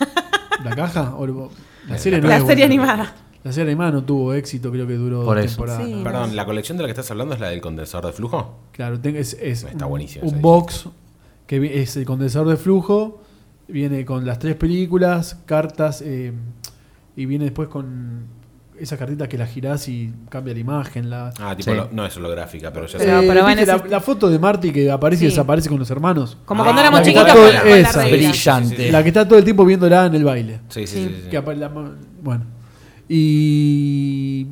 Speaker 7: ¿La caja? O lo- la serie, no
Speaker 2: La
Speaker 7: es
Speaker 2: serie
Speaker 7: buena.
Speaker 2: animada.
Speaker 7: La serie animada no tuvo éxito, creo que duró
Speaker 6: Por
Speaker 7: dos
Speaker 6: eso.
Speaker 7: temporadas.
Speaker 2: Sí.
Speaker 7: nada más.
Speaker 8: Perdón, ¿la colección de la que estás hablando es la del condensador de flujo?
Speaker 7: Claro, ten- es, es
Speaker 8: Está
Speaker 7: un-
Speaker 8: buenísimo esa
Speaker 7: un box que vi- es el condensador de flujo, viene con las tres películas, cartas, eh, y viene después con esas cartitas que las girás y cambia la imagen. La,
Speaker 8: Ah, tipo,
Speaker 6: Sí.
Speaker 8: lo- no es holográfica, pero ya
Speaker 7: Eh,
Speaker 8: sé.
Speaker 2: No, pero
Speaker 7: ¿viste
Speaker 2: bueno,
Speaker 7: la,
Speaker 2: ese-
Speaker 7: la foto de Marty que aparece y
Speaker 2: Sí.
Speaker 7: desaparece con los hermanos.
Speaker 2: Como
Speaker 8: Ah,
Speaker 2: cuando
Speaker 8: la
Speaker 2: éramos
Speaker 8: que
Speaker 2: chiquitos,
Speaker 8: está
Speaker 2: con
Speaker 8: todo-
Speaker 2: la- con la
Speaker 7: esa.
Speaker 2: regla.
Speaker 6: Brillante.
Speaker 8: Sí.
Speaker 7: La que está todo el tiempo viéndola en el baile.
Speaker 8: Sí, sí, sí. sí.
Speaker 7: Que apa- la ma- bueno. Y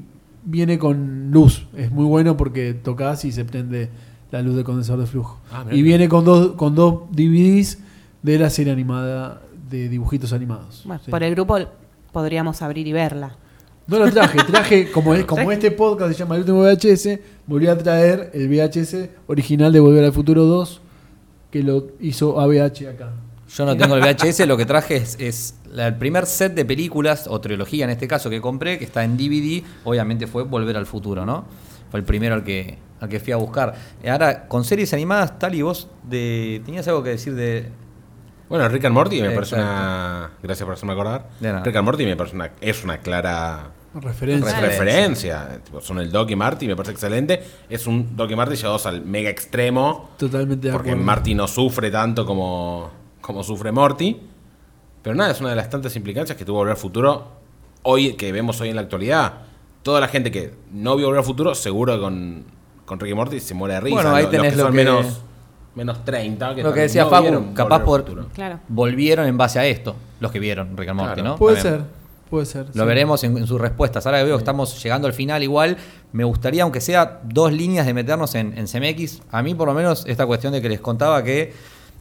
Speaker 7: viene con luz. Es muy bueno porque tocas y se prende la luz del condensador de flujo.
Speaker 8: Ah, mirá
Speaker 7: y
Speaker 8: que-
Speaker 7: viene con dos, con dos DVDs de la serie animada de dibujitos animados.
Speaker 2: Bueno,
Speaker 7: Sí.
Speaker 2: por el grupo podríamos abrir y verla.
Speaker 7: No lo traje, traje como, es, como
Speaker 2: ¿Traje?
Speaker 7: este podcast se llama El último VHS, volví a traer el VHS original de Volver al Futuro 2 que lo hizo ABH acá.
Speaker 6: Yo no tengo el VHS, lo que traje es, es la- el primer set de películas, o trilogía en este caso, que compré, que está en DVD, obviamente fue Volver al Futuro, ¿no? Fue el primero al que, al que fui a buscar. Eh, Ahora, con series animadas, tal y vos de, tenías algo que decir de...
Speaker 8: Bueno, Rick and Morty me parece
Speaker 6: Exacto.
Speaker 8: una. Gracias por hacerme acordar.
Speaker 6: De nada.
Speaker 8: Rick and Morty me parece una, es una clara
Speaker 7: Referencia.
Speaker 8: Re- referencia. Tipo, Son el Doc y Marty, me parece excelente. Es un Doc y Marty llevados al mega extremo.
Speaker 7: Totalmente de
Speaker 8: Porque
Speaker 7: acuerdo.
Speaker 8: Marty no sufre tanto como, como sufre Morty. Pero nada, es una de las tantas implicancias que tuvo Volver al Futuro hoy, que vemos hoy en la actualidad. Toda la gente que no vio Volver al Futuro, seguro que con, con Rick y Morty se muere de risa.
Speaker 6: Bueno,
Speaker 8: Lo-
Speaker 6: ahí
Speaker 8: los
Speaker 6: tenés
Speaker 8: que
Speaker 6: lo
Speaker 8: son
Speaker 6: que-
Speaker 8: menos, menos 30.
Speaker 6: Lo que
Speaker 8: no
Speaker 6: decía
Speaker 8: vieron
Speaker 6: Facu,
Speaker 8: Volver
Speaker 6: capaz
Speaker 8: al
Speaker 6: por...
Speaker 8: Futuro.
Speaker 2: Claro.
Speaker 6: Volvieron en base a esto, los que vieron Rick and Morty,
Speaker 8: Claro.
Speaker 6: ¿no?
Speaker 7: Puede
Speaker 6: También.
Speaker 7: ser, puede ser.
Speaker 6: Lo
Speaker 7: sí.
Speaker 6: veremos en, en sus respuestas. Ahora que veo que estamos llegando al final igual, me gustaría, aunque sea dos líneas de meternos en, en CMX, a mí por lo menos esta cuestión de que les contaba que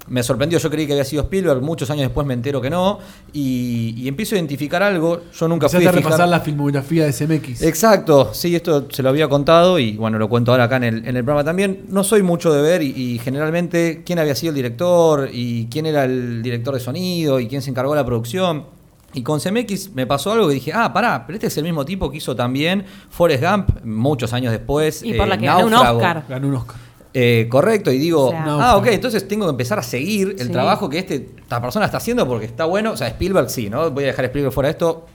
Speaker 6: me sorprendió, yo creí que había sido Spielberg, muchos años después me entero que no, y, y empiezo a identificar algo, yo nunca fui
Speaker 7: Empezaste
Speaker 6: a
Speaker 7: a repasar
Speaker 6: fijar-
Speaker 7: la filmografía de CMX.
Speaker 6: Exacto, sí, esto se lo había contado y bueno, lo cuento ahora acá en el, en el programa también. No soy mucho de ver y, y generalmente quién había sido el director y quién era el director de sonido y quién se encargó de la producción. Y con CMX me pasó algo que dije, ah, pará, pero este es el mismo tipo que hizo también Forrest Gump muchos años después.
Speaker 2: Y por la que ganó un Oscar.
Speaker 7: Ganó un Oscar.
Speaker 6: Eh, correcto, y digo,
Speaker 2: O sea-
Speaker 6: ah, ok, entonces tengo que empezar a seguir el
Speaker 2: Sí.
Speaker 6: trabajo que este, esta persona está haciendo porque está bueno. O sea, Spielberg sí, ¿no? Voy a dejar a Spielberg fuera de esto.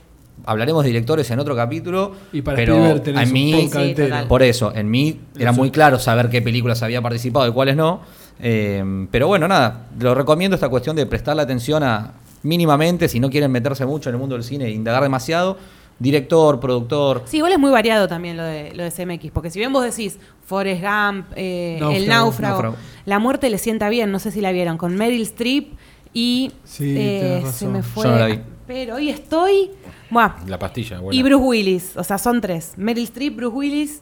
Speaker 6: Hablaremos de directores en otro capítulo.
Speaker 7: Y para
Speaker 6: pero
Speaker 7: Spielberg
Speaker 6: a
Speaker 7: tenés
Speaker 6: mí,
Speaker 7: un podcast
Speaker 2: Sí,
Speaker 7: entero.
Speaker 2: total.
Speaker 6: por eso, en mí era muy claro saber qué películas había participado y cuáles no. Eh, pero bueno, nada, lo recomiendo esta cuestión de prestarle atención a mínimamente, si no quieren meterse mucho en el mundo del cine e indagar demasiado, director, productor.
Speaker 2: Sí, igual es muy variado también lo de, lo de CMX, porque si bien vos decís Forrest Gump, eh,
Speaker 7: Náufrago.
Speaker 2: El Náufrago,
Speaker 6: Náufrago.
Speaker 2: La Muerte le sienta bien, no sé si la vieron, con Meryl Streep y
Speaker 7: Sí,
Speaker 2: eh,
Speaker 7: tenés razón.
Speaker 2: se me fue.
Speaker 6: Yo no la vi.
Speaker 2: Pero hoy estoy. Buah,
Speaker 8: La pastilla, bueno.
Speaker 2: y Bruce Willis, o sea, son tres. Meryl Streep, Bruce Willis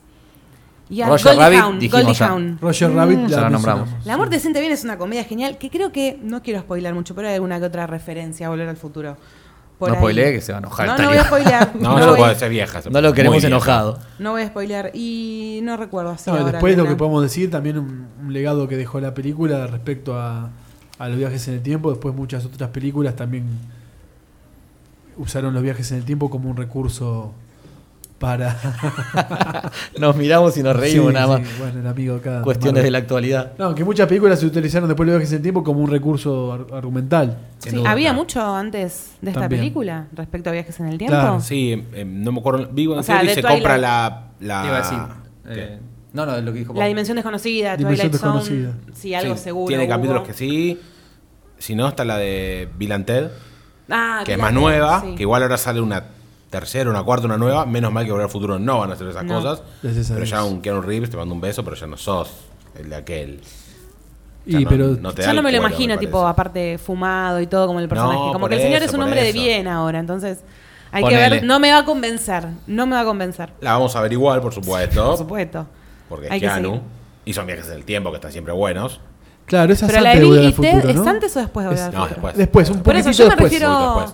Speaker 2: y a
Speaker 6: Roger
Speaker 2: Goldie
Speaker 6: Rabbit,
Speaker 2: Hawn,
Speaker 6: dijimos
Speaker 2: Goldie
Speaker 6: ya.
Speaker 2: Hawn.
Speaker 7: Roger Rabbit
Speaker 6: Ya la nombramos.
Speaker 7: mencionamos.
Speaker 2: La muerte siente bien es una comedia genial que creo que, no quiero spoiler mucho, pero hay alguna que otra referencia a Volver al Futuro. Por
Speaker 6: No
Speaker 2: ahí.
Speaker 6: spoileé, que se va a enojar
Speaker 2: No,
Speaker 6: el
Speaker 2: no voy a
Speaker 6: Tario.
Speaker 2: spoilear.
Speaker 8: No, no,
Speaker 2: voy-
Speaker 8: puede ser vieja.
Speaker 6: No lo
Speaker 8: Muy
Speaker 6: queremos
Speaker 8: vieja.
Speaker 6: enojado.
Speaker 2: no voy a spoilear y no recuerdo así.
Speaker 7: No,
Speaker 2: ahora
Speaker 7: después lo
Speaker 2: alguna.
Speaker 7: que podemos decir, también un, un legado que dejó la película respecto a, a los viajes en el tiempo. Después muchas otras películas también usaron los viajes en el tiempo como un recurso para...
Speaker 6: Nos miramos y nos reímos
Speaker 7: Sí,
Speaker 6: nada
Speaker 7: sí,
Speaker 6: más.
Speaker 7: Bueno, el amigo acá...
Speaker 6: Cuestiones de la actualidad.
Speaker 7: No, que muchas películas se utilizaron después de los viajes en el tiempo como un recurso ar- argumental.
Speaker 2: Sí,
Speaker 8: Sin duda,
Speaker 2: había
Speaker 8: claro.
Speaker 2: mucho antes de esta
Speaker 7: También.
Speaker 2: película respecto a viajes en el tiempo.
Speaker 7: Claro,
Speaker 8: Sí, em, em, no me acuerdo. Vivo
Speaker 2: O
Speaker 8: en
Speaker 2: sea,
Speaker 8: serio y
Speaker 2: de
Speaker 8: se
Speaker 2: Twilight.
Speaker 8: compra la. la-
Speaker 6: Te iba a
Speaker 7: Ah,
Speaker 6: decir, eh, no, no, lo que dijo
Speaker 2: La
Speaker 6: Pau.
Speaker 2: dimensión desconocida,
Speaker 7: Dimensión
Speaker 2: Twilight Zone.
Speaker 7: desconocida.
Speaker 2: Sí, algo
Speaker 8: Sí,
Speaker 2: seguro.
Speaker 8: Tiene
Speaker 2: hubo.
Speaker 8: capítulos que sí. Si no, está la de Bill and Ted,
Speaker 2: Ah,
Speaker 8: que es
Speaker 2: claro,
Speaker 8: más nueva.
Speaker 2: sí.
Speaker 8: Que igual ahora sale una tercera, una cuarta, una nueva. Menos mal que Volver al Futuro no van a hacer esas
Speaker 2: No.
Speaker 8: cosas.
Speaker 7: Gracias a
Speaker 8: Pero
Speaker 7: Dios.
Speaker 8: ya un Keanu Reeves te mando un beso, pero ya no sos el de aquel.
Speaker 7: Y pero
Speaker 2: Yo
Speaker 8: te da
Speaker 2: no
Speaker 8: el
Speaker 2: me lo
Speaker 8: cuero,
Speaker 2: imagino, tipo,
Speaker 8: parece.
Speaker 2: aparte fumado y todo como el personaje.
Speaker 8: No,
Speaker 2: como
Speaker 8: por
Speaker 2: que el señor
Speaker 8: eso,
Speaker 2: es un
Speaker 8: por
Speaker 2: hombre de
Speaker 8: eso.
Speaker 2: bien ahora, entonces hay que
Speaker 6: Ponele.
Speaker 2: ver. No me va a convencer, no me va a convencer.
Speaker 8: La vamos a averiguar, por supuesto.
Speaker 2: Por supuesto.
Speaker 8: Porque
Speaker 2: Hay
Speaker 8: es
Speaker 2: que
Speaker 8: Keanu.
Speaker 2: seguir.
Speaker 8: Y son viajes en el tiempo que están siempre buenos.
Speaker 7: Claro, esa es
Speaker 2: Pero la de
Speaker 7: antes de Volver
Speaker 2: Bill
Speaker 7: al
Speaker 2: y Ted,
Speaker 7: Futuro,
Speaker 2: ¿es
Speaker 7: ¿no?
Speaker 2: antes o después de Volver al
Speaker 8: No,
Speaker 2: Futuro?
Speaker 8: después.
Speaker 7: Después, un
Speaker 2: Por eso yo
Speaker 7: poquitito
Speaker 2: me
Speaker 7: después.
Speaker 2: refiero
Speaker 8: Después. Eh,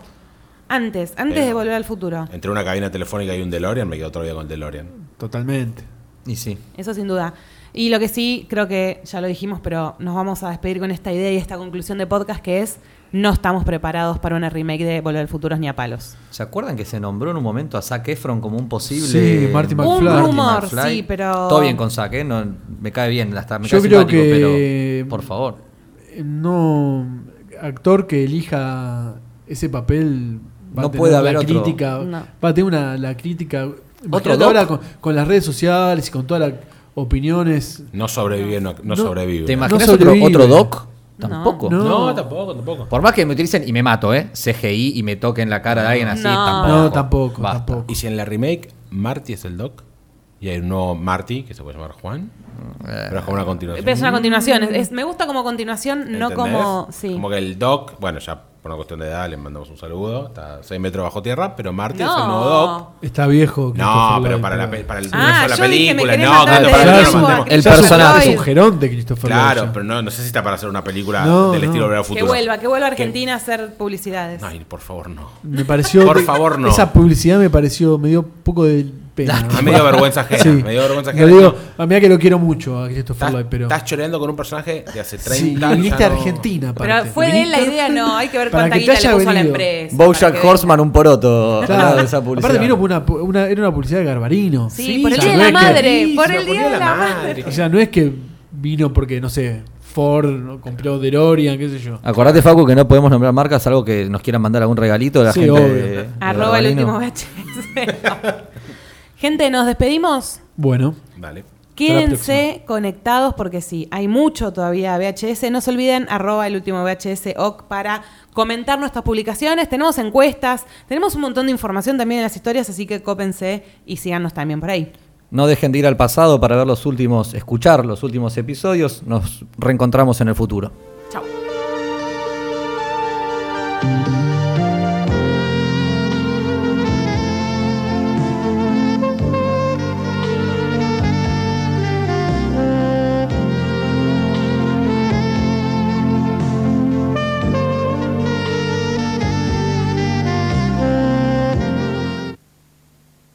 Speaker 2: antes, antes
Speaker 8: Sí.
Speaker 2: de Volver al Futuro.
Speaker 8: Entre una cabina telefónica y un DeLorean, me quedo otro día con el DeLorean.
Speaker 7: Totalmente.
Speaker 6: Y sí.
Speaker 2: Eso sin duda. Y lo que sí, creo que ya lo dijimos, pero nos vamos a despedir con esta idea y esta conclusión de podcast que es no estamos preparados para una remake de Volver al Futuro ni a palos.
Speaker 6: ¿Se acuerdan que se nombró en un momento a Zac Efron como un posible.
Speaker 7: Sí, Marty McFly. Un
Speaker 2: rumor, sí, pero-
Speaker 6: Todo bien con Zac, ¿eh? No, me cae bien, hasta me
Speaker 7: Yo
Speaker 6: cae
Speaker 7: creo
Speaker 6: simpático,
Speaker 7: que-
Speaker 6: pero. Por favor.
Speaker 7: Eh, no actor que elija ese papel va
Speaker 6: No
Speaker 7: a tener
Speaker 6: puede
Speaker 7: la
Speaker 6: haber otro.
Speaker 7: crítica
Speaker 2: No.
Speaker 7: va a tener una la crítica Imagínate
Speaker 6: doc.
Speaker 7: ahora con, con las redes sociales y con todas las opiniones
Speaker 8: No sobrevive, no,
Speaker 7: No.
Speaker 8: no sobrevive.
Speaker 6: ¿Te imaginas
Speaker 7: No
Speaker 6: otro,
Speaker 7: sobrevive.
Speaker 6: otro doc?
Speaker 2: No.
Speaker 6: Tampoco.
Speaker 7: No.
Speaker 8: No, tampoco, tampoco.
Speaker 6: Por más que me utilicen y me mato, ¿eh? CGI y me toquen la cara de alguien así,
Speaker 2: No.
Speaker 6: tampoco.
Speaker 7: no tampoco
Speaker 6: Basta.
Speaker 7: tampoco
Speaker 8: ¿Y si en la remake Marty es el Doc? Y hay un nuevo Marty, que se puede llamar Juan. Pero es como una continuación.
Speaker 2: Pero es una continuación. es- es- me gusta como continuación, no
Speaker 8: Pues ¿Entendés?
Speaker 2: como. Sí.
Speaker 8: Como que el Doc, bueno, ya por una cuestión de edad le mandamos un saludo. Está 6 metros bajo tierra, pero Marty es el nuevo Doc.
Speaker 7: Está viejo.
Speaker 8: No,
Speaker 7: Christopher
Speaker 8: pero
Speaker 7: Lloyd,
Speaker 8: para, la,
Speaker 7: pero-
Speaker 8: pe- para el
Speaker 2: Ah,
Speaker 8: universo de la
Speaker 2: yo dije, me
Speaker 8: película,
Speaker 2: querés
Speaker 8: no,
Speaker 2: matar
Speaker 8: claro,
Speaker 2: de
Speaker 8: para
Speaker 7: Ya
Speaker 8: el
Speaker 7: es un-
Speaker 2: tiempo a
Speaker 8: tema-
Speaker 2: Christopher
Speaker 7: ya es un-
Speaker 2: personaje.
Speaker 7: Es un geronte, Christopher Lloyd,
Speaker 8: Claro,
Speaker 7: ya.
Speaker 8: pero no, no sé si está para hacer una película
Speaker 7: No,
Speaker 8: del
Speaker 7: no.
Speaker 8: estilo Volver al
Speaker 2: que
Speaker 8: Futuro.
Speaker 2: vuelva, que vuelva a Argentina a hacer publicidades.
Speaker 8: Ay, por favor, no.
Speaker 7: Me pareció.
Speaker 8: Por favor, no.
Speaker 7: Esa publicidad me pareció. Me dio poco de pena.
Speaker 8: A mí me dio vergüenza ajena.
Speaker 7: Sí.
Speaker 8: Me dio vergüenza
Speaker 7: Lo
Speaker 8: ajena.
Speaker 7: digo, a mí que lo quiero mucho a Christopher
Speaker 8: estás,
Speaker 7: Lloyd, pero.
Speaker 8: estás choreando con un personaje de hace 30
Speaker 7: Sí, este
Speaker 8: años.
Speaker 7: viniste
Speaker 8: ya
Speaker 7: a
Speaker 8: no-
Speaker 7: Argentina,
Speaker 2: pero
Speaker 7: aparte.
Speaker 2: fue de él la
Speaker 7: Viniste-
Speaker 2: idea, no. Hay que ver
Speaker 7: Para
Speaker 2: cuánta
Speaker 7: que te
Speaker 2: guita le
Speaker 7: haya
Speaker 2: puso a la
Speaker 7: venido.
Speaker 2: empresa. para
Speaker 6: Bojack
Speaker 2: que-
Speaker 6: Horseman, un poroto. al lado de esa
Speaker 7: Aparte
Speaker 6: publicidad.
Speaker 7: vino por una, pu- una- era una publicidad de Garbarino.
Speaker 2: Sí,
Speaker 7: O
Speaker 2: por el
Speaker 7: sea,
Speaker 2: día de
Speaker 7: no
Speaker 2: la
Speaker 7: es que-
Speaker 2: madre.
Speaker 8: Sí,
Speaker 2: por
Speaker 8: se
Speaker 2: el
Speaker 8: la
Speaker 2: día
Speaker 8: ponía
Speaker 2: de la madre.
Speaker 7: O sea, no es que vino porque, no sé, Ford compró DeLorean, qué sé yo.
Speaker 6: Acordate, Facu, que no podemos nombrar marcas, salvo que nos quieran mandar algún regalito. La
Speaker 7: Sí,
Speaker 6: gente
Speaker 7: obvio.
Speaker 6: de- de
Speaker 2: Arroba el último
Speaker 6: Barbarino.
Speaker 2: VHS. Gente, nos despedimos.
Speaker 7: Bueno,
Speaker 8: Vale.
Speaker 2: Quédense conectados porque sí, hay mucho todavía VHS. No se olviden, arroba el último VHS OC para comentar nuestras publicaciones. Tenemos encuestas, tenemos un montón de información también en las historias, así que cópense y síganos también por ahí.
Speaker 6: No dejen de ir al pasado para ver los últimos, escuchar los últimos episodios. Nos reencontramos en el futuro.
Speaker 2: Chao.